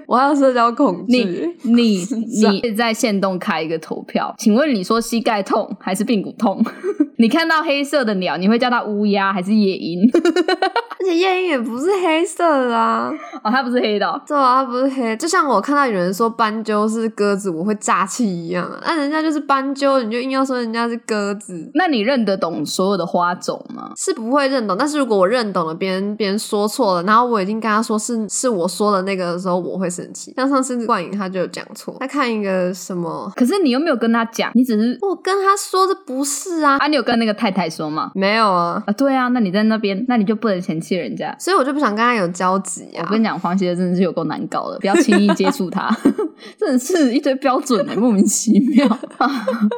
[SPEAKER 1] 我还有社交恐
[SPEAKER 2] 你
[SPEAKER 1] 惧。
[SPEAKER 2] 你
[SPEAKER 1] 这
[SPEAKER 2] 你在线动开一个投票，请问你说膝盖痛还是髌骨痛？ 你看到黑色的鸟，你会叫它乌鸦还是夜莺？
[SPEAKER 1] 而且夜莺也不是黑色的啊，
[SPEAKER 2] 哦，它不是黑的哦、
[SPEAKER 1] 对啊，它不是黑。就像我看到有人说斑鸠是鸽子，我会炸气一样啊。那人家就是斑鸠，你就硬要说人家是鸽子，
[SPEAKER 2] 那你认得懂所有的花种吗？
[SPEAKER 1] 是不会认懂，但是如果我认懂了，别人别人说错了，然后我已经跟他说是是我说的那个的时候，我会生气。像上次冠颖他就有讲错，他看一个什么，
[SPEAKER 2] 可是你又没有跟他讲，你只是
[SPEAKER 1] 我跟他说的不是啊，
[SPEAKER 2] 啊，你有跟那个太太说吗？
[SPEAKER 1] 没有啊，
[SPEAKER 2] 啊，对啊，那你在那边，那你就不能嫌弃人家。
[SPEAKER 1] 所以我就不想跟他有交集
[SPEAKER 2] 我
[SPEAKER 1] 啊。
[SPEAKER 2] 跟你讲，黄先生真的是有够难搞的，不要轻易接触他， 真的是一堆标准的、莫名其妙，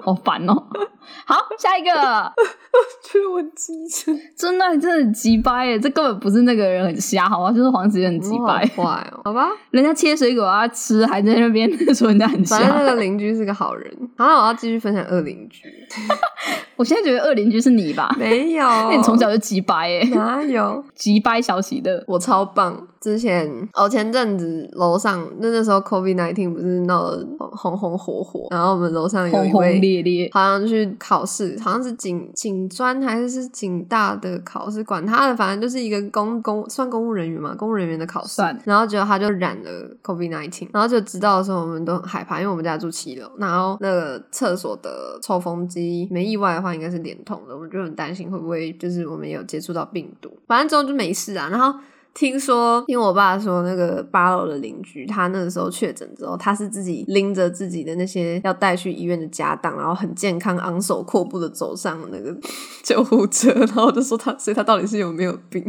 [SPEAKER 2] 好烦哦。好，下一个，
[SPEAKER 1] 觉得我机车，
[SPEAKER 2] 真的真的很鸡掰耶，这根本不是那个人很瞎，好吧，就是黄先生很鸡
[SPEAKER 1] 我好
[SPEAKER 2] 掰，
[SPEAKER 1] 坏 哦，好吧，
[SPEAKER 2] 人家切水果要吃，还在那边说人家很
[SPEAKER 1] 反正那
[SPEAKER 2] 瞎。
[SPEAKER 1] 个邻居是个好人。好，那我要继续分享恶邻居，
[SPEAKER 2] 我现在觉得恶邻居是你吧？
[SPEAKER 1] 没有，
[SPEAKER 2] 那你从小就鸡掰耶，
[SPEAKER 1] 哪有？
[SPEAKER 2] 鸡掰小喜乐。
[SPEAKER 1] 我超棒！之前哦，前阵子楼上那那时候 COVID nineteen 不是闹得红红火火，然后我们楼上有
[SPEAKER 2] 轰
[SPEAKER 1] 一
[SPEAKER 2] 轰
[SPEAKER 1] 位
[SPEAKER 2] 烈烈，
[SPEAKER 1] 好像去考试，好像是警警专还是是警大的考试，管他的，反正就是一个公公算公务人员嘛，公务人员的考试
[SPEAKER 2] 算。
[SPEAKER 1] 然后结果他就染了 COVID nineteen，然后就知道的时候，我们都很害怕，因为我们家住七楼，然后那个厕所的抽风机没意外的话应该是连通的，我们就很担心会不会就是我们也有接触到病毒，反正之后就没事啊。然后听说，听我爸说，那个八楼的邻居，他那个时候确诊之后，他是自己拎着自己的那些要带去医院的家当，然后很健康、昂首阔步的走上那个救护车，然后我就说他，所以他到底是有没有病？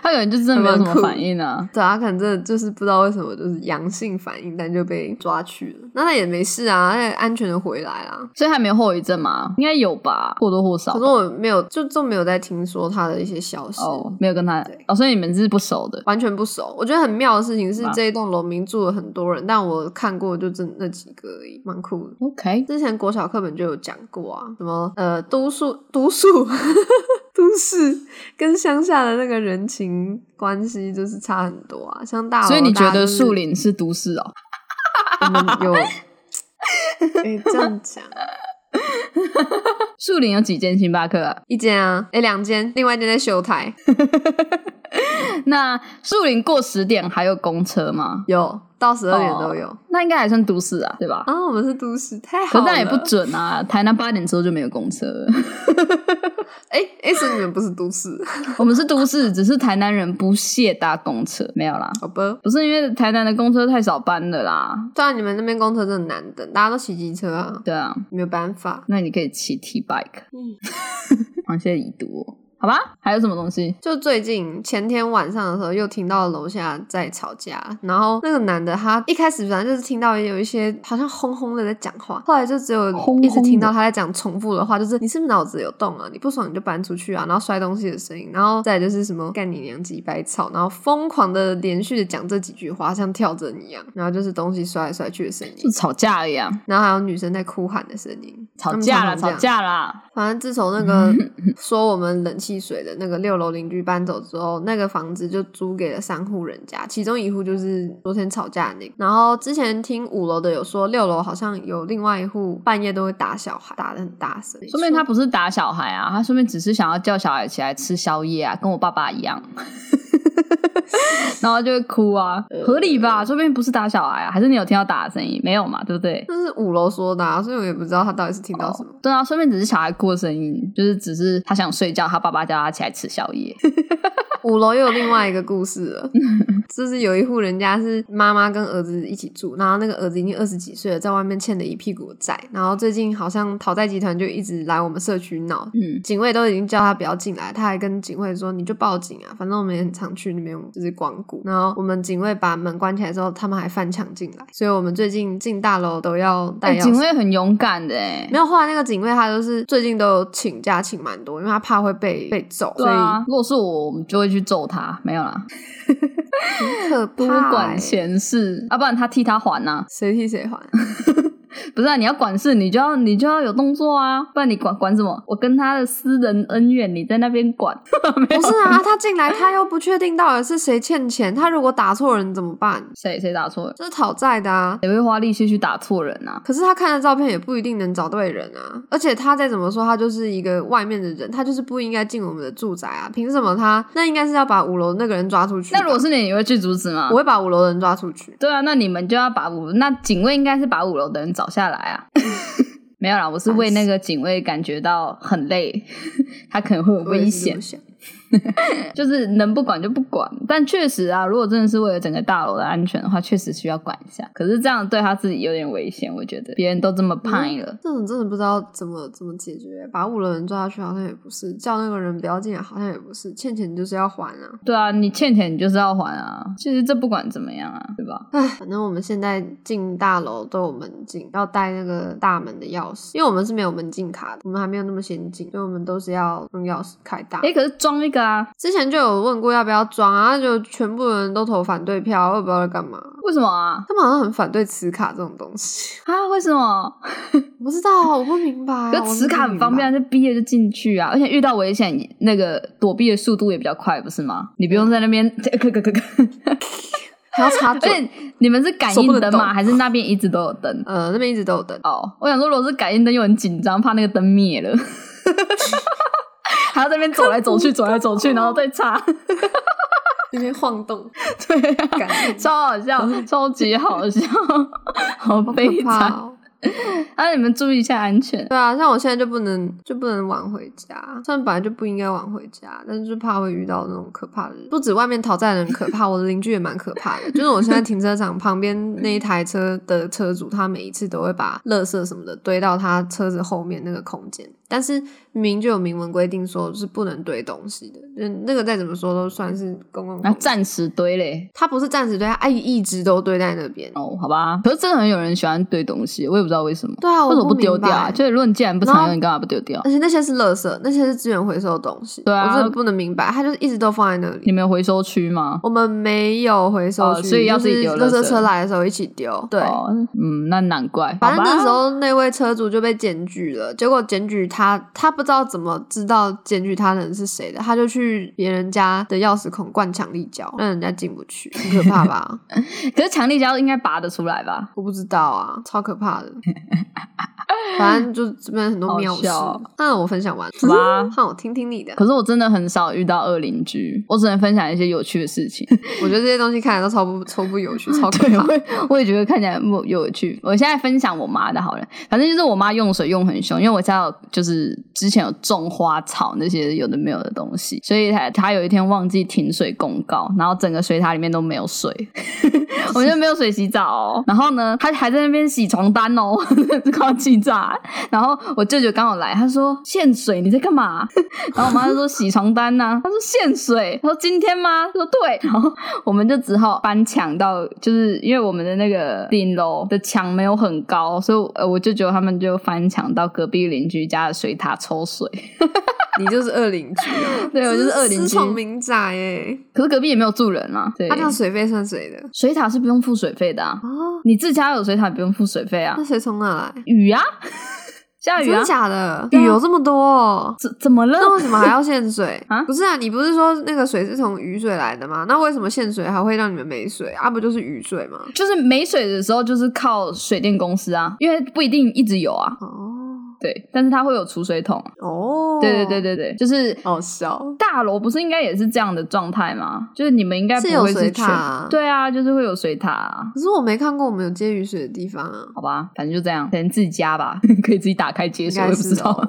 [SPEAKER 2] 他可能就真的没有
[SPEAKER 1] 还
[SPEAKER 2] 什么
[SPEAKER 1] 蛮酷
[SPEAKER 2] 反应啊。
[SPEAKER 1] 对啊，他可能真的就是不知道为什么就是阳性反应，但就被抓去了。那他也没事啊，他也安全的回来啦。
[SPEAKER 2] 所以还没有后遗症嘛？应该有吧，或多或少
[SPEAKER 1] 可。是我没有，就就没有再听说他的一些消息。
[SPEAKER 2] 哦，没有跟他
[SPEAKER 1] 对
[SPEAKER 2] 哦，所以你们是不熟的。
[SPEAKER 1] 完全不熟。我觉得很妙的事情是
[SPEAKER 2] 哇，
[SPEAKER 1] 这一栋楼民住了很多人，但我看过就真那几个而已，蛮酷的。
[SPEAKER 2] OK，
[SPEAKER 1] 之前国小课本就有讲过啊，什么呃都市都市 都市跟乡下的那个人情关系就是差很多啊，像大楼
[SPEAKER 2] 所以你
[SPEAKER 1] 大
[SPEAKER 2] 觉
[SPEAKER 1] 家就
[SPEAKER 2] 得
[SPEAKER 1] 是
[SPEAKER 2] 树林是都市哦？
[SPEAKER 1] 我 们有可以这样讲
[SPEAKER 2] 树林有几间星巴克啊？
[SPEAKER 1] 一间啊，哎两间，另外一间在修台，
[SPEAKER 2] 那树林过十点还有公车吗？
[SPEAKER 1] 有到十二点
[SPEAKER 2] 哦
[SPEAKER 1] 都有、
[SPEAKER 2] 那应该还算都市啊，对吧？
[SPEAKER 1] 啊，我们是都市，太好
[SPEAKER 2] 可是
[SPEAKER 1] 了，
[SPEAKER 2] 那也不准啊！台南八点之后就没有公车了。
[SPEAKER 1] 哎哎，所以你们不是都市，
[SPEAKER 2] 我们是都市，只是台南人不屑搭公车，没有啦。
[SPEAKER 1] 好吧？
[SPEAKER 2] 不是因为台南的公车太少班了啦。
[SPEAKER 1] 对啊，你们那边公车真的难等，大家都骑机车啊，
[SPEAKER 2] 对啊，
[SPEAKER 1] 没有办法。
[SPEAKER 2] 那你可以骑 T bike。
[SPEAKER 1] 嗯，
[SPEAKER 2] 螃蟹已读哦、好吧？还有什么东西？
[SPEAKER 1] 就最近前天晚上的时候，又听到楼下在吵架，然后那个男的他一开始反正就是听到有一些好像轰轰的在讲话，后来就只有
[SPEAKER 2] 轰轰的
[SPEAKER 1] 一直听到他在讲重复的话，就是你是不是脑子有洞啊？你不爽你就搬出去啊，然后摔东西的声音，然后再来就是什么干你娘几百草，然后疯狂的连续的讲这几句话，像跳针一样，然后就是东西摔来摔去的声音
[SPEAKER 2] 就，吵架而已啊，
[SPEAKER 1] 然后还有女生在哭喊的声音，
[SPEAKER 2] 吵架啦，
[SPEAKER 1] 他们常常这
[SPEAKER 2] 吵
[SPEAKER 1] 样
[SPEAKER 2] 架啦，
[SPEAKER 1] 反正自从那个
[SPEAKER 2] 嗯
[SPEAKER 1] 说我们冷气水的那个六楼邻居搬走之后，那个房子就租给了三户人家，其中一户就是昨天吵架的那个。然后之前听五楼的有说，六楼好像有另外一户半夜都会打小孩，打的很大声。
[SPEAKER 2] 说明他不是打小孩啊，他说明只是想要叫小孩起来吃宵夜啊，跟我爸爸 一样。然后就会哭啊，
[SPEAKER 1] 呃
[SPEAKER 2] 合理吧？说不定不是打小孩啊，还是你有听到打的声音？没有嘛，对不对？
[SPEAKER 1] 那是五楼说的、啊，所以我也不知道他到底是听到什么。
[SPEAKER 2] 对啊，说不定只是小孩哭的声音，就是只是他想睡觉，他爸爸叫他起来吃宵 夜。
[SPEAKER 1] 五楼又有另外一个故事 了，就是有一户人家是妈妈跟儿子一起住，然后那个儿子已经二十几岁了，在外面欠了一屁股的债，然后最近好像讨债集团就一直来我们社区闹，
[SPEAKER 2] 嗯，
[SPEAKER 1] 警卫都已经叫他不要进来，他还跟警卫说你就报警啊，反正我们也很常去那边就是光顾。然后我们警卫把门关起来之后，他们还翻墙进来，所以我们最近进大楼都要带
[SPEAKER 2] 哎
[SPEAKER 1] 钥匙。
[SPEAKER 2] 警卫很勇敢的哎、
[SPEAKER 1] 没有，后来那个警卫他就是最近都有请假请蛮多，因为他怕会被被揍，
[SPEAKER 2] 对啊，如果是我，我们就会去揍他。没有啦，
[SPEAKER 1] 所以很可
[SPEAKER 2] 多
[SPEAKER 1] 怕、
[SPEAKER 2] 管
[SPEAKER 1] 欸。
[SPEAKER 2] 闲事，啊要、不然他替他还呐、
[SPEAKER 1] 谁替谁还？
[SPEAKER 2] 不是、啊，你要管事，你就要你就要有动作啊，不然你管管什么？我跟他的私人恩怨，你在那边管，没 有
[SPEAKER 1] 不是 啊，他进来他又不确定到底是谁欠钱，他如果打错人怎么办？
[SPEAKER 2] 谁谁打错了，
[SPEAKER 1] 这是讨债的啊。
[SPEAKER 2] 谁会花力气去打错人啊？
[SPEAKER 1] 可是他看的照片也不一定能找对人啊，而且他再怎么说，他就是一个外面的人，他就是不应该进我们的住宅啊！凭什么他？那应该是要把五楼那个人抓出去吧。
[SPEAKER 2] 那如果是你，你会去阻止吗
[SPEAKER 1] 我？会把五楼的人抓出去，
[SPEAKER 2] 对啊，那你们就要把五那警卫应该是把五楼的人找下来啊。 没有啦，我是为那个警卫感觉到很累， 他可能会有
[SPEAKER 1] 我也是这
[SPEAKER 2] 危 险
[SPEAKER 1] 么，想。
[SPEAKER 2] 就是能不管就不管。但确实啊，如果真的是为了整个大楼的安全的话，确实需要管一下。可是这样对他自己有点危险，我觉得别人都这么派了。
[SPEAKER 1] 这种真的不知道怎么怎么解决，啊把五楼人抓下去好像也不是，叫那个人不要进来好像也不是，欠钱就是要还啊。
[SPEAKER 2] 对啊，你欠钱你就是要还啊。其实这不管怎么样啊，对吧？
[SPEAKER 1] 反正我们现在进大楼都有门禁，要带那个大门的钥匙，因为我们是没有门禁卡的，我们还没有那么先进，所以我们都是要用钥匙开大。
[SPEAKER 2] 诶，可是装一个啊？
[SPEAKER 1] 之前就有问过要不要装啊，就全部人都投反对票，我也不知道在干嘛。
[SPEAKER 2] 为什么啊？
[SPEAKER 1] 他们好像很反对磁卡这种东西，
[SPEAKER 2] 啊，为什么？
[SPEAKER 1] 我不知道，我不哦明白。
[SPEAKER 2] 可
[SPEAKER 1] 我
[SPEAKER 2] 磁卡很方便
[SPEAKER 1] 真
[SPEAKER 2] 啊，就毕业就进去啊，而且遇到危险，那个躲避的速度也比较快，不是吗？你不用在那边，
[SPEAKER 1] 嗯
[SPEAKER 2] 咳咳 咳咳。
[SPEAKER 1] 的不明白，还要插
[SPEAKER 2] 而
[SPEAKER 1] 嘴。
[SPEAKER 2] 且你们是感
[SPEAKER 1] 手不
[SPEAKER 2] 应
[SPEAKER 1] 能
[SPEAKER 2] 灯
[SPEAKER 1] 动
[SPEAKER 2] 吗？还是那边一直都有灯？
[SPEAKER 1] 呃，那边一直都有 灯，
[SPEAKER 2] 哦，我想说，如果是感应灯，又很紧张，怕那个灯灭 了，还要在那边走来走去，走来走去，然后再插。
[SPEAKER 1] 那边晃 动，
[SPEAKER 2] 对啊，
[SPEAKER 1] 感觉
[SPEAKER 2] 超好 笑，超级好笑， 好
[SPEAKER 1] 好
[SPEAKER 2] 悲
[SPEAKER 1] 可怕
[SPEAKER 2] 惨。
[SPEAKER 1] 哦。
[SPEAKER 2] 啊，你们注意一下安全。
[SPEAKER 1] 对啊，像我现在就不能就不能晚回家，虽然本来就不应该晚回家，但是就怕会遇到那种可怕的人。不止外面讨债的人可怕，我的邻居也蛮可怕的。就是我现在停车场旁边那一台车的车主，他每一次都会把垃圾什么的堆到他车子后面那个空间，但是明明就有明文规定说是不能堆东西的，那那个再怎么说都算是公共
[SPEAKER 2] 那
[SPEAKER 1] 空间。
[SPEAKER 2] 暂时堆嘞。
[SPEAKER 1] 他不是暂时堆，他哎一直都堆在那边。
[SPEAKER 2] 哦，好吧。可是真的很有人喜欢堆东西，我也不知道为什么。
[SPEAKER 1] 对啊，
[SPEAKER 2] 为什
[SPEAKER 1] 我
[SPEAKER 2] 么不
[SPEAKER 1] 明
[SPEAKER 2] 丢掉啊？
[SPEAKER 1] 白嗯
[SPEAKER 2] 就是如果你既然不
[SPEAKER 1] 然
[SPEAKER 2] 常
[SPEAKER 1] 后
[SPEAKER 2] 用，你干嘛不丢掉？
[SPEAKER 1] 而且那些是垃圾，那些是资源回收的东西。
[SPEAKER 2] 对啊
[SPEAKER 1] 我真的不能明白，它就是一直都放在那
[SPEAKER 2] 你
[SPEAKER 1] 里。
[SPEAKER 2] 们有回收区吗？
[SPEAKER 1] 我们没有回收区、
[SPEAKER 2] 哦所以要自己丢
[SPEAKER 1] 就是
[SPEAKER 2] 垃
[SPEAKER 1] 垃
[SPEAKER 2] 圾
[SPEAKER 1] 圾车来的时候一起丢。对。
[SPEAKER 2] 哦嗯，那难怪。
[SPEAKER 1] 反正
[SPEAKER 2] 好吧
[SPEAKER 1] 那时候那位车主就被检举了，结果检举他，他不知道怎么知道检举他的人是谁的，他就去别人家的钥匙孔灌强力胶，让人家进不去，很可怕吧？
[SPEAKER 2] 可是强力胶应该拔得出来吧？
[SPEAKER 1] 我不知道啊，超可怕 的。反正就这边很多
[SPEAKER 2] 好
[SPEAKER 1] 妙事
[SPEAKER 2] 笑哦。
[SPEAKER 1] 那我分享完，
[SPEAKER 2] 好吧
[SPEAKER 1] 看我听听你的。
[SPEAKER 2] 可是我真的很少遇到恶邻居，我只能分享一些有趣的事情。
[SPEAKER 1] 我觉得这些东西看起来都超不超不 有趣，超可
[SPEAKER 2] 对，
[SPEAKER 1] 怕。
[SPEAKER 2] 我也我也觉得看起来很有趣。我现在分享我妈的好了，反正就是我妈用水用很凶，因为我家有就是之前有种花草那些有的没有的东西，所以她她有一天忘记停水公告，然后整个水塔里面都没有水， 我们就没有水洗澡、哦。然后呢，她还在那边洗床单哦， 快要气炸。然后我舅舅刚好来，他说限水，你在干嘛？ 然后我妈就说洗床单呐、他说限水，他说今天吗？他说对，然后我们就只好翻墙到，就是因为我们的那个顶楼的墙没有很高，所以呃我就觉得他们就翻墙到隔壁邻居家的水塔抽水。！
[SPEAKER 1] 你就是恶邻居啊
[SPEAKER 2] 对我就是恶邻居
[SPEAKER 1] 私闯民宅哎，
[SPEAKER 2] 可是隔壁也没有住人啊，对
[SPEAKER 1] 他，这样水费算谁的
[SPEAKER 2] 水塔是不用付水费的啊，
[SPEAKER 1] 哦，
[SPEAKER 2] 你自家有水塔不用付水费啊
[SPEAKER 1] 那，水从哪来？
[SPEAKER 2] 雨啊。下雨
[SPEAKER 1] 真
[SPEAKER 2] 啊
[SPEAKER 1] 的？假的？
[SPEAKER 2] 对啊
[SPEAKER 1] 雨有这么多哦、
[SPEAKER 2] 怎怎么了？
[SPEAKER 1] 那为什么还要限水
[SPEAKER 2] 啊
[SPEAKER 1] 不是 啊，你不是说那个水是从雨水来的吗？那为什么限水还会让你们没水啊？不就是雨水吗？
[SPEAKER 2] 就是没水的时候，就是靠水电公司啊，因为不一定一直有啊。
[SPEAKER 1] 哦
[SPEAKER 2] 对，但是它会有储水桶。啊
[SPEAKER 1] 哦，
[SPEAKER 2] 对对对，对对，就是
[SPEAKER 1] 好笑。哦
[SPEAKER 2] 大楼不是应该也是这样的状态吗？就是你们应该不
[SPEAKER 1] 是有
[SPEAKER 2] 会
[SPEAKER 1] 水
[SPEAKER 2] 是全
[SPEAKER 1] 塔啊
[SPEAKER 2] 对啊，就是会有水塔、啊。
[SPEAKER 1] 可是我没看过我们有接雨水的地方啊。
[SPEAKER 2] 好吧，反正就这样，可能自己加吧， 可以自己打开接水，我
[SPEAKER 1] 应
[SPEAKER 2] 也
[SPEAKER 1] 该
[SPEAKER 2] 不
[SPEAKER 1] 是
[SPEAKER 2] 知道。
[SPEAKER 1] 哦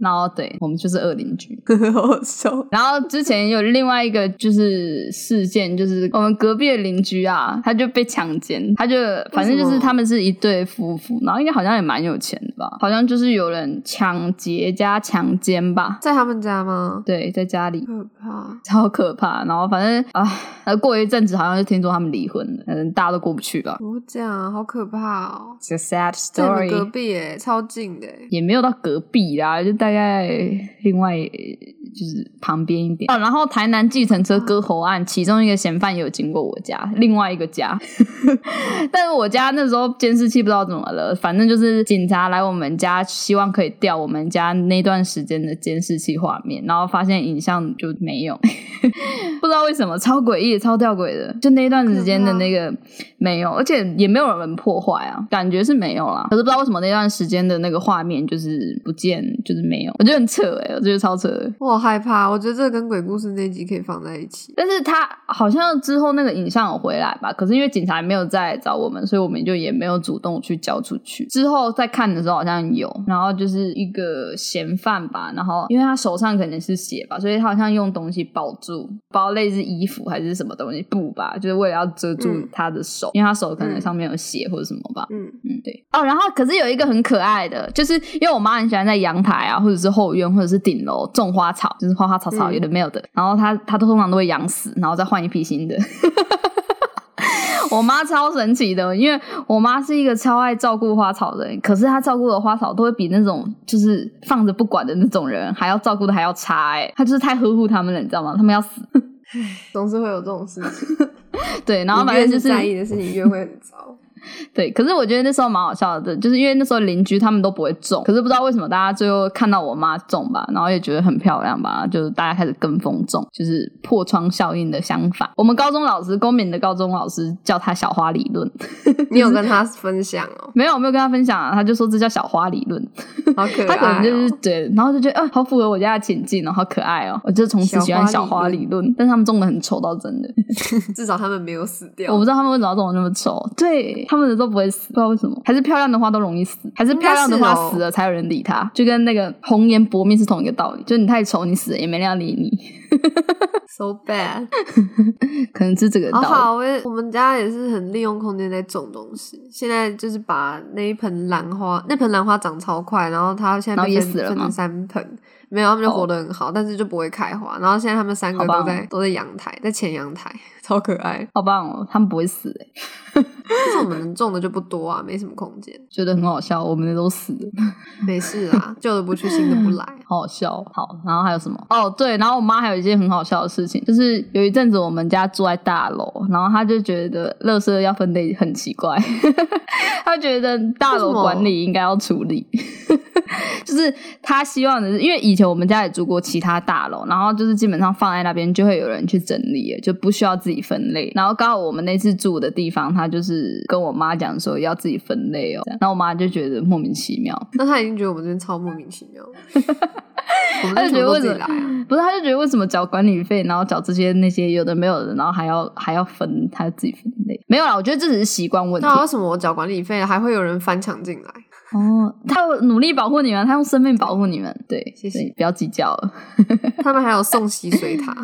[SPEAKER 2] 然后对我们就是恶邻居。
[SPEAKER 1] 好好笑。哦
[SPEAKER 2] 然后之前有另外一个就是事件，就是我们隔壁的邻居啊，他就被强奸，他就反正就
[SPEAKER 1] 为什
[SPEAKER 2] 是
[SPEAKER 1] 么
[SPEAKER 2] 他们是一对夫妇，然后应该好像也蛮有钱的吧，好像就是有人抢劫加强奸吧，
[SPEAKER 1] 在他们家吗？
[SPEAKER 2] 对，在家里。
[SPEAKER 1] 可怕。
[SPEAKER 2] 超可怕，然后反正啊，呃过一阵子好像就听说他们离婚了，嗯，大家都过不去吧。
[SPEAKER 1] 不这样，好可怕哦！
[SPEAKER 2] It's a sad
[SPEAKER 1] 在我们
[SPEAKER 2] story。
[SPEAKER 1] 隔壁诶，超近的诶。
[SPEAKER 2] 也没有到隔壁啦，就大概另外呃就是旁边一点哦。然后台南计程车割喉案，其中一个嫌犯也有经过我家，另外一个家， 但是我家那时候监视器不知道怎么了，反正就是警察来我们家，希望可以调我们家那段时间的监视器画面，然后发现影像就没有，不知道为什么超诡异、超吊诡的，就那段时间的那个没有，而且也没有人破坏啊，感觉是没有啦。可是不知道为什么那段时间的那个画面就是不见，就是没有，我觉得很扯哎、我觉得超扯的。
[SPEAKER 1] 我好害怕，我觉得这个跟鬼故事那集可以放在一起。
[SPEAKER 2] 但是他好像之后那个影像有回来吧，可是因为警察没有再找我们，所以我们就也没有主动去交出去。之后再看的时候好像有，然后就是一个嫌犯吧，然后因为他手上可能是血吧，所以他好像用东西包住，包类似衣服还是什么东西布吧，就是为了要遮住
[SPEAKER 1] 嗯
[SPEAKER 2] 他的手，因为他手可能
[SPEAKER 1] 嗯
[SPEAKER 2] 上面有血或者什么吧。
[SPEAKER 1] 嗯，
[SPEAKER 2] 嗯，对哦，然后可是有一个很可爱的，就是因为我妈很喜欢在阳台啊，或者是后院，或者是顶楼种花草，就是花花草草
[SPEAKER 1] 嗯
[SPEAKER 2] 有的没有的。然后她她都通常都会养死，然后再换一批新的。 我妈超神奇的，因为我妈是一个超爱照顾花草的人，可是她照顾的花草都会比那种就是放着不管的那种人还要照顾的还要差哎、她就是太呵护他们了，你知道吗？他们要死。
[SPEAKER 1] 总是会有这种事情。
[SPEAKER 2] 对，然后
[SPEAKER 1] 你
[SPEAKER 2] 反
[SPEAKER 1] 越
[SPEAKER 2] 正就是是
[SPEAKER 1] 在意的事情越会很 糟。
[SPEAKER 2] 对，可是我觉得那时候蛮好笑的，就是因为那时候邻居他们都不会种，可是不知道为什么大家最后看到我妈种吧，然后也觉得很漂亮吧，就是大家开始跟风种，就是破窗效应的想法。我们高中老师，公民的高中老师叫他小花理论，
[SPEAKER 1] 你有跟他分享哦，
[SPEAKER 2] 没有我没有跟他分享啊，他就说这叫小花理论，
[SPEAKER 1] 好可爱、哦。
[SPEAKER 2] 他可能就是对，然后就觉得啊、好符合我家的情境哦，好可爱哦，我就从此喜欢小
[SPEAKER 1] 小
[SPEAKER 2] 花
[SPEAKER 1] 花
[SPEAKER 2] 理
[SPEAKER 1] 理
[SPEAKER 2] 论，但是他们种的很丑，到真的。
[SPEAKER 1] 至少他们没有死掉。
[SPEAKER 2] 我不知道他们为什么要种得那么丑，对，他们的都不会死，不知道为什么，还是漂亮的花都容易死，还是漂亮的花
[SPEAKER 1] 应该是哦
[SPEAKER 2] 死了才有人理它，就跟那个红颜薄命是同一个道理，就你太丑，你死了也没人要理你，
[SPEAKER 1] so bad。
[SPEAKER 2] 可能是这个道
[SPEAKER 1] 好
[SPEAKER 2] 理。
[SPEAKER 1] 哦好，我也我们家也是很利用空间在种东西。现在就是把那一盆兰花，那盆兰花长超快，然后它现在
[SPEAKER 2] 然后
[SPEAKER 1] 被
[SPEAKER 2] 也
[SPEAKER 1] 分
[SPEAKER 2] 死了
[SPEAKER 1] 分
[SPEAKER 2] 吗
[SPEAKER 1] 成三盆，没有，它们就
[SPEAKER 2] 哦
[SPEAKER 1] 活得很好，但是就不会开花。然后现在它们三
[SPEAKER 2] 好
[SPEAKER 1] 个
[SPEAKER 2] 棒
[SPEAKER 1] 都
[SPEAKER 2] 哦
[SPEAKER 1] 在都在阳台，在前阳台， 超可爱。
[SPEAKER 2] 好棒哦，他们不会死、欸，
[SPEAKER 1] 但是我们能种的就不多啊，没什么空 间，
[SPEAKER 2] 觉得很好笑，我们的都死了。
[SPEAKER 1] 没事啊，旧的不去，新的不来。啊
[SPEAKER 2] 好好笑哦。好，然后还有什么？哦，对，然后我妈还有一件很好笑的事情，就是有一阵子我们家住在大楼，然后她就觉得垃圾要分类很奇怪， 她觉得大楼管理应该要处理。 就是她希望的是，因为以前我们家也住过其他大楼，然后就是基本上放在那边就会有人去整理了，就不需要自己分类。然后刚好我们那次住的地方，她就是跟我妈讲说要自己分类哦，这样然后我妈就觉得莫名其妙。
[SPEAKER 1] 那他已经觉得我们这边超莫名其 妙，我们这边全部都自己来啊。
[SPEAKER 2] 他就觉得为什么嗯不是，他就觉得为什么缴管理费，然后缴这些那些有的没有的，然后还要还要分，他自己分类。没有啦，我觉得这只是习惯问题。
[SPEAKER 1] 那为什么我缴管理费还会有人翻墙进来？
[SPEAKER 2] 哦，他有努力保护你们，他用生命保护你们。对，
[SPEAKER 1] 谢谢
[SPEAKER 2] 所以不要计较了。
[SPEAKER 1] 他们还有送洗水 塔，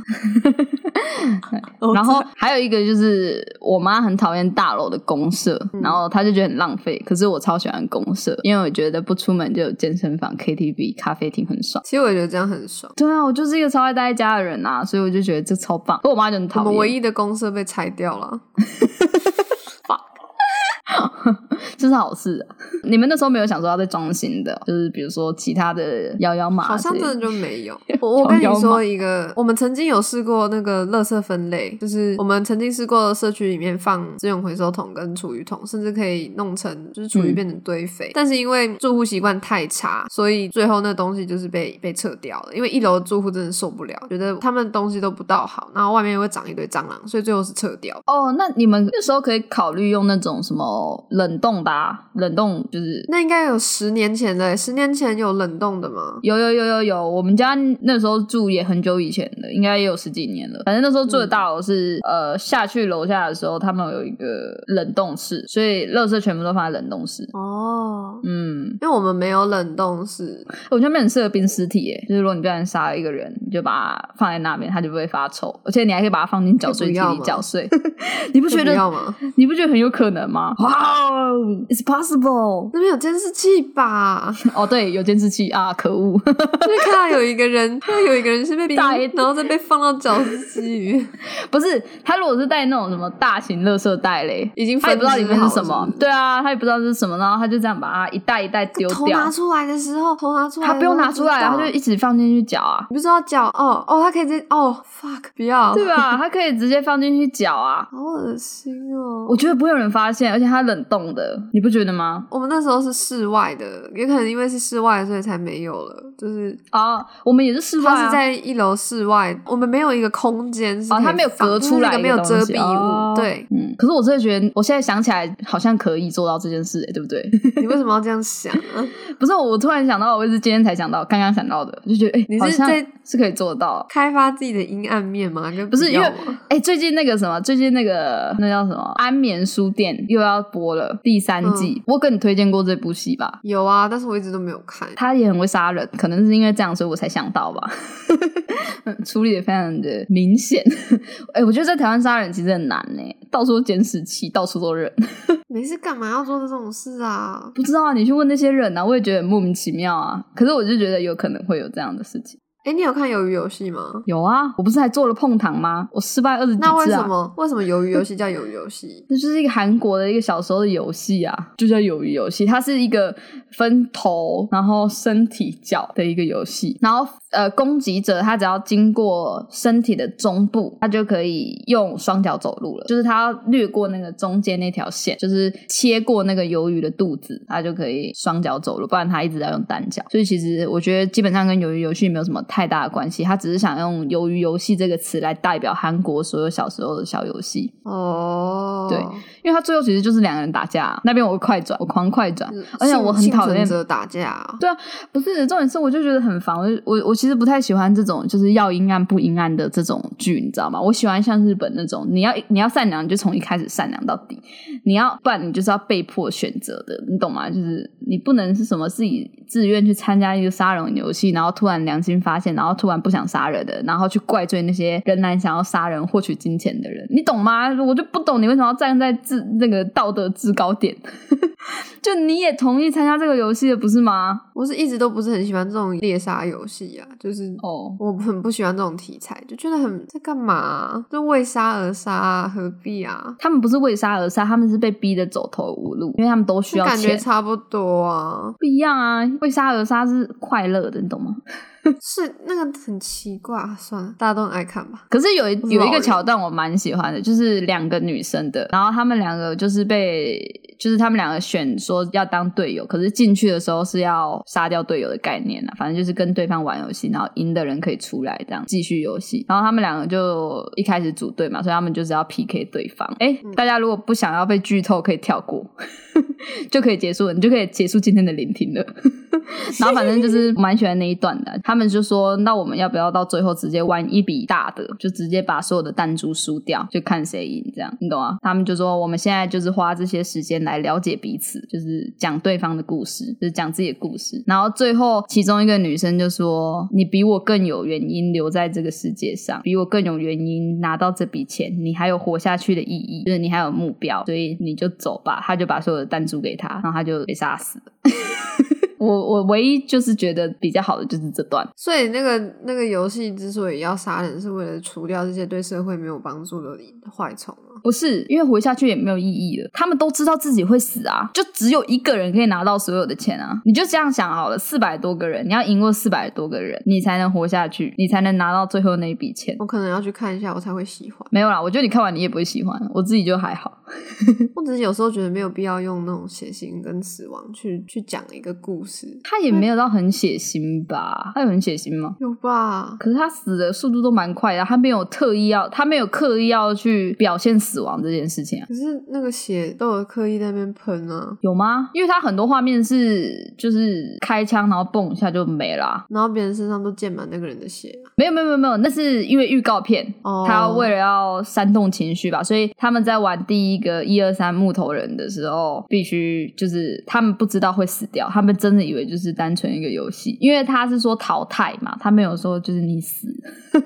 [SPEAKER 2] 然后还有一个就是，我妈很讨厌大楼的公社，然后她就觉得很浪费。可是我超喜欢公社，因为我觉得不出门就有健身房、KTV、咖啡厅很爽。
[SPEAKER 1] 其实我也觉得这样很爽。
[SPEAKER 2] 对啊，我就是一个超爱待在家的人啊，所以我就觉得这超棒。可我妈就很
[SPEAKER 1] 我
[SPEAKER 2] 讨厌。
[SPEAKER 1] 们唯一的公社被拆掉了，
[SPEAKER 2] 这是好事、啊。 你们那时候没有想说要再装新的，就是比如说其他的摇摇马
[SPEAKER 1] 好
[SPEAKER 2] 之
[SPEAKER 1] 像
[SPEAKER 2] 类
[SPEAKER 1] 真
[SPEAKER 2] 的，
[SPEAKER 1] 的就没 有。我我跟你
[SPEAKER 2] 摇摇
[SPEAKER 1] 说
[SPEAKER 2] 马
[SPEAKER 1] 一个，我们曾经有试过那个垃圾分类，就是我们曾经试过社区里面放资源回收桶跟厨余桶，甚至可以弄成就是厨余
[SPEAKER 2] 嗯
[SPEAKER 1] 变成堆肥。但是因为住户习惯太差，所以最后那东西就是被被撤掉了。因为一楼住户真的受不了，觉得他们东西都不倒好，然后外面会长一堆蟑螂，所以最后是撤掉。
[SPEAKER 2] 哦，那你们那时候可以考虑用那种什么冷冻的、啊，冷冻就是
[SPEAKER 1] 那应该有十年前的，十年前有冷冻的吗？
[SPEAKER 2] 有有有有有，我们家那时候住也很久以前的，应该也有十几年了。反正那时候住的大楼是、
[SPEAKER 1] 嗯
[SPEAKER 2] 呃下去楼下的时候，他们有一个冷冻室，所以垃圾全部都放在冷冻室。
[SPEAKER 1] 哦，
[SPEAKER 2] 嗯，
[SPEAKER 1] 因为我们没有冷冻室，
[SPEAKER 2] 我觉得很适合冰尸体耶，就是如果你不小心杀了一个人，你就把它放在那边，它就不会发臭，而且你还可以把它放进搅碎
[SPEAKER 1] 不
[SPEAKER 2] 机
[SPEAKER 1] 要
[SPEAKER 2] 里
[SPEAKER 1] 吗
[SPEAKER 2] 搅 碎。你不
[SPEAKER 1] 不
[SPEAKER 2] 觉
[SPEAKER 1] 要
[SPEAKER 2] 得？
[SPEAKER 1] 吗？
[SPEAKER 2] 你不觉得很有可能吗？哇、哦 i t s possible！
[SPEAKER 1] 那边有监视器吧？
[SPEAKER 2] 哦，对，有监视器啊，可恶！
[SPEAKER 1] 就是看到有一个人，看到有一个人是被冰，
[SPEAKER 2] 大爷
[SPEAKER 1] 然后再被放到绞丝机 里，
[SPEAKER 2] 不是，他如果是带那种什么大型垃圾袋嘞，
[SPEAKER 1] 已经
[SPEAKER 2] 他也
[SPEAKER 1] 分
[SPEAKER 2] 不知道里面
[SPEAKER 1] 支好
[SPEAKER 2] 是
[SPEAKER 1] 了
[SPEAKER 2] 什么
[SPEAKER 1] 是不，是
[SPEAKER 2] 对啊，他也不知道这是什么，然后他就这样把它一袋一袋丢
[SPEAKER 1] 头
[SPEAKER 2] 掉
[SPEAKER 1] 拿，出来的时候，头拿出来的时
[SPEAKER 2] 他
[SPEAKER 1] 候
[SPEAKER 2] 不用拿出来，啊
[SPEAKER 1] 知道
[SPEAKER 2] 他就一直放进去搅啊，
[SPEAKER 1] 你不知道脚哦哦，他可以直接哦 fuck 不要，
[SPEAKER 2] 对吧？他可以直接放进去搅啊，
[SPEAKER 1] 好恶心哦。
[SPEAKER 2] 我觉得不会有人发现，而且它冷冻的，你不觉得吗？
[SPEAKER 1] 我们那时候是室外的，也可能因为是室外，所以才没有了。就是
[SPEAKER 2] 啊，我们也是室外、
[SPEAKER 1] 它
[SPEAKER 2] 啊，
[SPEAKER 1] 是在一楼室外，我们没有一个空间是
[SPEAKER 2] 哦，它
[SPEAKER 1] 可以
[SPEAKER 2] 没有
[SPEAKER 1] 放
[SPEAKER 2] 隔出
[SPEAKER 1] 就是那
[SPEAKER 2] 来
[SPEAKER 1] 个没有
[SPEAKER 2] 一个
[SPEAKER 1] 遮
[SPEAKER 2] 东西
[SPEAKER 1] 蔽物。
[SPEAKER 2] 哦，
[SPEAKER 1] 对
[SPEAKER 2] 嗯，可是我真的觉得，我现在想起来好像可以做到这件事、欸，对不对？
[SPEAKER 1] 你为什么要这样想啊？
[SPEAKER 2] 不是，我突然想到，我也是今天才想到，刚刚想到的，就觉得哎、欸
[SPEAKER 1] 你是
[SPEAKER 2] 好像
[SPEAKER 1] 在
[SPEAKER 2] 是可以做到。
[SPEAKER 1] 开发自己的阴暗面吗？跟
[SPEAKER 2] 不是因
[SPEAKER 1] 要
[SPEAKER 2] 为
[SPEAKER 1] 吗
[SPEAKER 2] 哎、最近那个什么，最近那个那叫什么安眠书店又要播了第三
[SPEAKER 1] 嗯
[SPEAKER 2] 季，我跟你推荐过这部戏吧？
[SPEAKER 1] 有啊，但是我一直都没有看。
[SPEAKER 2] 他也很会杀人，可能是因为这样，所以我才想到吧。 嗯处理的非常的明显。哎、我觉得在台湾杀人其实很难呢、到处都监视器，到处都人。
[SPEAKER 1] 没事，干嘛要做这种事啊？
[SPEAKER 2] 不知道啊，你去问那些人啊，我也觉得很莫名其妙啊。可是我就觉得有可能会有这样的事情。
[SPEAKER 1] 哎、你有看《鱿鱼游戏》吗？
[SPEAKER 2] 有啊，我不是还做了碰糖吗？我失败二十几次啊。
[SPEAKER 1] 那为什么为什么鱿鱼游戏叫鱿鱼游戏？
[SPEAKER 2] 那就是一个韩国的一个小时候的游戏啊，就叫鱿鱼游戏。它是一个分头然后身体脚的一个游戏。然后呃，攻击者他只要经过身体的中部，他就可以用双脚走路了。就是他要掠过那个中间那条线，就是切过那个鱿鱼的肚子，他就可以双脚走路。不然他一直要用单脚。所以其实我觉得基本上跟鱿鱼游戏没有什么太大的关系，他只是想用鱿鱼游戏这个词来代表韩国所有小时候的小游戏。
[SPEAKER 1] 哦，
[SPEAKER 2] 对因为他最后其实就是两个人打架、那边我快转，我狂快转，
[SPEAKER 1] 就是
[SPEAKER 2] 而且我很
[SPEAKER 1] 幸
[SPEAKER 2] 讨
[SPEAKER 1] 幸存
[SPEAKER 2] 厌。
[SPEAKER 1] 者打架啊、
[SPEAKER 2] 对啊，不是重点是，我就觉得很烦。我就我我其实不太喜欢这种就是要阴暗不阴暗的这种剧，你知道吗？我喜欢像日本那种，你要你要善良，你就从一开始善良到底，你要不然你就是要被迫选择的，你懂吗？就是你不能是什么自己自愿去参加一个杀人游戏，然后突然良心发现，然后突然不想杀人的，然后去怪罪那些仍然想要杀人获取金钱的人，你懂吗？我就不懂你为什么要站在制那个道德制高点。 就你也同意参加这个游戏的，不是吗？
[SPEAKER 1] 我是一直都不是很喜欢这种猎杀游戏啊，就是
[SPEAKER 2] 哦，
[SPEAKER 1] 我很不喜欢这种题材，就觉得很在干嘛啊、就为杀而杀、啊，何必啊？
[SPEAKER 2] 他们不是为杀而杀，他们是被逼得走投无路，因为他们都需
[SPEAKER 1] 就
[SPEAKER 2] 要
[SPEAKER 1] 感觉
[SPEAKER 2] 钱。
[SPEAKER 1] 差不多啊，
[SPEAKER 2] 不一样啊，为杀而杀是快乐的，你懂吗？
[SPEAKER 1] 是那个很奇怪啊，算了，大家都很爱看吧。
[SPEAKER 2] 可是有一
[SPEAKER 1] 不是
[SPEAKER 2] 有一
[SPEAKER 1] 老
[SPEAKER 2] 个
[SPEAKER 1] 人
[SPEAKER 2] 桥段我蛮喜欢的，就是两个女生的，然后她们两个就是被，就是她们两个选说要当队友，可是进去的时候是要杀掉队友的概念啊，反正就是跟对方玩游戏，然后赢的人可以出来，这样继续游戏。然后她们两个就一开始组队嘛，所以她们就是要 PK 对方。哎，
[SPEAKER 1] 嗯
[SPEAKER 2] 大家如果不想要被剧透，可以跳过， 就可以结束了，你就可以结束今天的聆听了。然后反正就是蛮喜欢那一段的。他们就说，那我们要不要到最后直接玩一笔大的，就直接把所有的弹珠输掉，就看谁赢这样，你懂吗？他们就说，我们现在就是花这些时间来了解彼此，就是讲对方的故事，就是讲自己的故事。然后最后其中一个女生就说，你比我更有原因留在这个世界上，比我更有原因拿到这笔钱，你还有活下去的意义，就是你还有目标，所以你就走吧。他就把所有的弹珠给他，然后他就被杀死了。我我唯一就是觉得比较好的就是这段，
[SPEAKER 1] 所以那个那个游戏之所以要杀人，是为了除掉这些对社会没有帮助的坏虫啊。
[SPEAKER 2] 不是，因为活下去也没有意义了。他们都知道自己会死啊，就只有一个人可以拿到所有的钱啊。你就这样想好了，四百多个人，你要赢过四百多个人，你才能活下去，你才能拿到最后那一笔钱。
[SPEAKER 1] 我可能要去看一下，我才会喜欢。
[SPEAKER 2] 没有啦，我觉得你看完你也不会喜欢，我自己就还好。
[SPEAKER 1] 我只是有时候觉得没有必要用那种血腥跟死亡去去讲一个故事，
[SPEAKER 2] 他也没有到很血腥吧？他有很血腥吗？
[SPEAKER 1] 有吧？
[SPEAKER 2] 可是他死的速度都蛮快的，他没有特意要，他没有刻意要去表现死亡这件事情啊，
[SPEAKER 1] 可是那个血都有刻意在那边喷啊，
[SPEAKER 2] 有吗？因为他很多画面是就是开枪然后蹦一下就没啦、
[SPEAKER 1] 然后别人身上都溅满那个人的血啊。
[SPEAKER 2] 没有没有没有没有，那是因为预告片，
[SPEAKER 1] 哦
[SPEAKER 2] 他为了要煽动情绪吧，所以他们在玩第一个一二三木头人的时候，必须就是他们不知道会死掉，他们真的以为就是单纯一个游戏，因为他是说淘汰嘛，他没有说就是你死，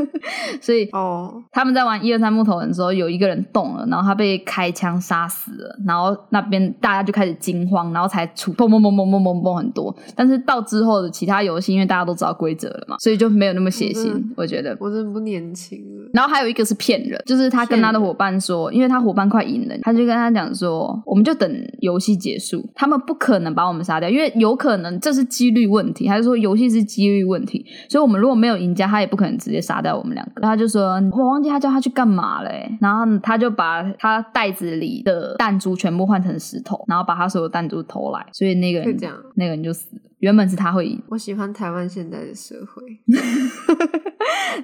[SPEAKER 2] 所以
[SPEAKER 1] 哦，
[SPEAKER 2] 他们在玩一二三木头人的时候，有一个人动了，然后他被开枪杀死了，然后那边大家就开始惊慌，然后才出砰砰砰砰砰砰砰很多。但是到之后的其他游戏，因为大家都知道规则了嘛，所以就没有那么血腥，
[SPEAKER 1] 嗯
[SPEAKER 2] 我觉得。
[SPEAKER 1] 我真的不年轻了。
[SPEAKER 2] 然后还有一个是骗人，就是他跟他的
[SPEAKER 1] 骗人
[SPEAKER 2] 伙伴说，因为他伙伴快赢了，他就跟他讲说，我们就等游戏结束，他们不可能把我们杀掉，因为有可能这是几率问题，他就说游戏是几率问题，所以我们如果没有赢家，他也不可能直接杀掉我们两个。他就说，嗯我忘记他叫他去干嘛嘞、然后他就把他袋子里的弹珠全部换成石头，然后把他所有弹珠偷来，所以那个人
[SPEAKER 1] 会这样
[SPEAKER 2] 那个人就死了。原本是他会赢，
[SPEAKER 1] 我喜欢台湾现在的社会，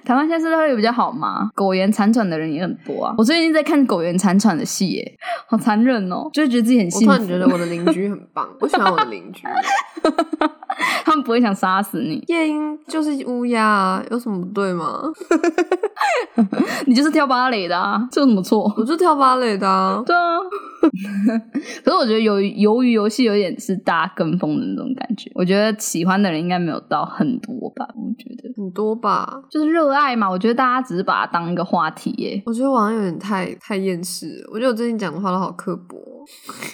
[SPEAKER 2] 台湾现在社会比较好吗？苟延残喘的人也很多啊。我最近在看苟延残喘的戏，耶，好残忍哦，就会觉得自己很
[SPEAKER 1] 我
[SPEAKER 2] 幸
[SPEAKER 1] 突
[SPEAKER 2] 福。
[SPEAKER 1] 然觉得我的邻居很棒，我喜欢我的邻居。
[SPEAKER 2] 他们不会想杀死你，
[SPEAKER 1] 夜莺就是乌鸦啊，有什么不对吗？
[SPEAKER 2] 你就是跳芭蕾的啊，这有什么错？
[SPEAKER 1] 我就跳芭蕾的啊。
[SPEAKER 2] 对啊， 可是我觉得由于由于游戏有点是大家跟风的那种感觉，我觉得喜欢的人应该没有到很多吧，我觉得
[SPEAKER 1] 很多吧。
[SPEAKER 2] 就是热爱嘛，我觉得大家只是把它当一个话题耶，
[SPEAKER 1] 我觉得我好像有点太太厌世了。我觉得我最近讲的话都好刻薄哦、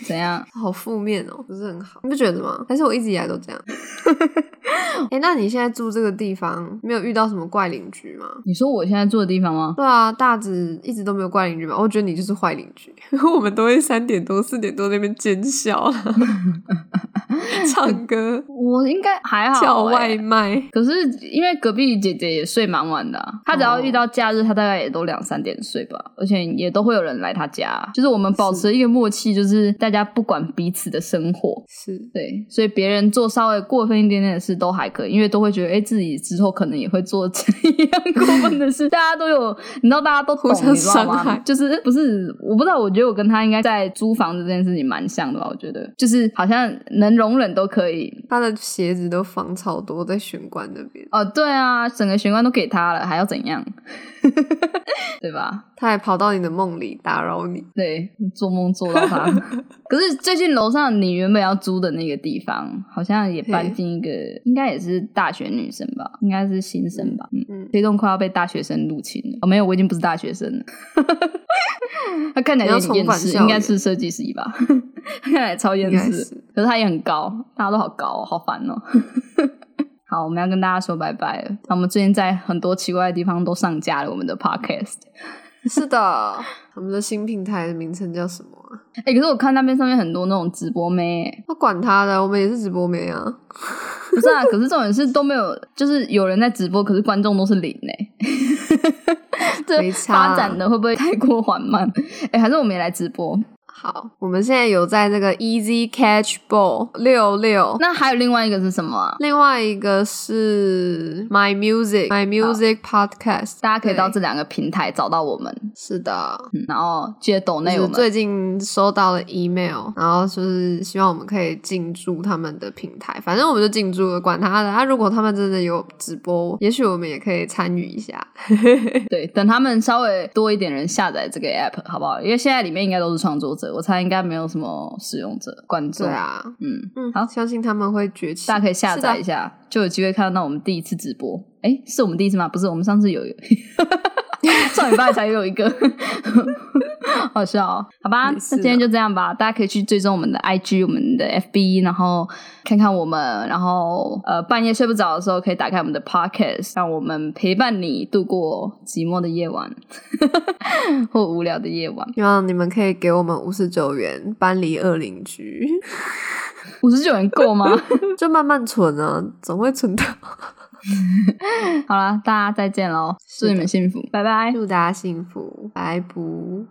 [SPEAKER 2] 怎样？
[SPEAKER 1] 好负面哦、不是很好，你不觉得吗？还是我一直以来都这样？ 哎、那你现在住这个地方，没有遇到什么怪邻居吗？
[SPEAKER 2] 你说我现在住的地方吗？
[SPEAKER 1] 对啊，大直一直都没有怪邻居嘛。我觉得你就是坏邻居， 我们都会三点多、四点多那边尖笑啦 唱歌、
[SPEAKER 2] 我应该还好耶，哎
[SPEAKER 1] 叫外卖。
[SPEAKER 2] 可是因为隔壁姐姐也睡蛮晚的、啊，她只要
[SPEAKER 1] 哦
[SPEAKER 2] 遇到假日，她大概也都两三点睡吧，而且也都会有人来她家。就是我们保持一个默契，就是大家不管彼此的生活，
[SPEAKER 1] 是，
[SPEAKER 2] 对，所以别人做稍微过分一点点的事都还可以，因为都会觉得哎、诶自己之后可能也会做这样过分的 事。大家都有，你知道大家都懂，
[SPEAKER 1] 互相
[SPEAKER 2] 你知道
[SPEAKER 1] 伤害
[SPEAKER 2] 吗？就是不是我不知道，我觉得我跟他应该在租房子这件事情蛮像的吧？我觉得就是好像能容忍都可以，
[SPEAKER 1] 他的鞋子都防潮多在玄关那边，
[SPEAKER 2] 哦，对啊，整个玄关都给他了，还要怎样？ 对吧？
[SPEAKER 1] 他还跑到你的梦里打扰你。
[SPEAKER 2] 对，做梦做 到他。可是最近楼上你原本要租的那个地方，好像也搬进一个，应该也是大学女生吧，应该是新生吧，嗯
[SPEAKER 1] 嗯，
[SPEAKER 2] 这栋快要被大学生入侵了。哦，没有，我已经不是大学生了。 他看起
[SPEAKER 1] 你
[SPEAKER 2] 来有点
[SPEAKER 1] 要重
[SPEAKER 2] 厌
[SPEAKER 1] 返
[SPEAKER 2] 世，
[SPEAKER 1] 校园
[SPEAKER 2] 应该是设计师吧？ 他看起来超厌
[SPEAKER 1] 应该
[SPEAKER 2] 世
[SPEAKER 1] 是，
[SPEAKER 2] 可是他也很高，大家都好高、哦，好烦哦。 好，我们要跟大家说拜拜了。那我们最近在很多奇怪的地方都上架了我们的 podcast。
[SPEAKER 1] 是的，我们的新平台的名称叫什么啊？
[SPEAKER 2] 哎、可是我看那边上面很多那种直播妹、欸
[SPEAKER 1] 我管他的，我们也是直播妹啊。
[SPEAKER 2] 不是啊，可是重点是都没有，就是有人在直播，可是观众都是零呢、 这
[SPEAKER 1] 没差啊
[SPEAKER 2] 发展的会不会太过缓慢？哎、还是我们也来直播？
[SPEAKER 1] 好，我们现在有在这个 Easy Catch Ball 六六，
[SPEAKER 2] 那还有另外一个是什么啊？
[SPEAKER 1] 另外一个是 My Music My Music Podcast，
[SPEAKER 2] 大家可以到
[SPEAKER 1] 对
[SPEAKER 2] 这两个平台找到我们，
[SPEAKER 1] 是的，
[SPEAKER 2] 嗯然后记得抖内
[SPEAKER 1] 就
[SPEAKER 2] 我
[SPEAKER 1] 是
[SPEAKER 2] 们。
[SPEAKER 1] 最近收到了 email，然后就是希望我们可以进驻他们的平台，反正我们就进驻了，管他的。啊，如果他们真的有直播，也许我们也可以参与一下。
[SPEAKER 2] 对，等他们稍微多一点人下载这个 app 好不好？因为现在里面应该都是创作者，我猜应该没有什么使用者、观众。
[SPEAKER 1] 对，啊，
[SPEAKER 2] 嗯，
[SPEAKER 1] 嗯，
[SPEAKER 2] 好
[SPEAKER 1] 相信他们会崛起，
[SPEAKER 2] 大家可以下
[SPEAKER 1] 是
[SPEAKER 2] 载
[SPEAKER 1] 的
[SPEAKER 2] 一下，就有机会看到我们第一次直播。哎，是我们第一次吗？不是，我们上次有 上礼拜才有一个， 好笑哦、好吧，
[SPEAKER 1] 没
[SPEAKER 2] 那
[SPEAKER 1] 事
[SPEAKER 2] 今天
[SPEAKER 1] 啦
[SPEAKER 2] 就这样吧，大家可以去追踪我们的 IG、我们的 FB，然后看看我们，然后呃半夜睡不着的时候可以打开我们的 Podcast，让我们陪伴你度过寂寞的夜晚 或无聊的夜晚。
[SPEAKER 1] 希望你们可以给我们五十九元搬离恶邻居，
[SPEAKER 2] 五十九元够吗？
[SPEAKER 1] 就慢慢存啊，总会存到。
[SPEAKER 2] 好啦，大家再见喽，祝你们幸福，拜拜。
[SPEAKER 1] 祝大家幸福，拜拜。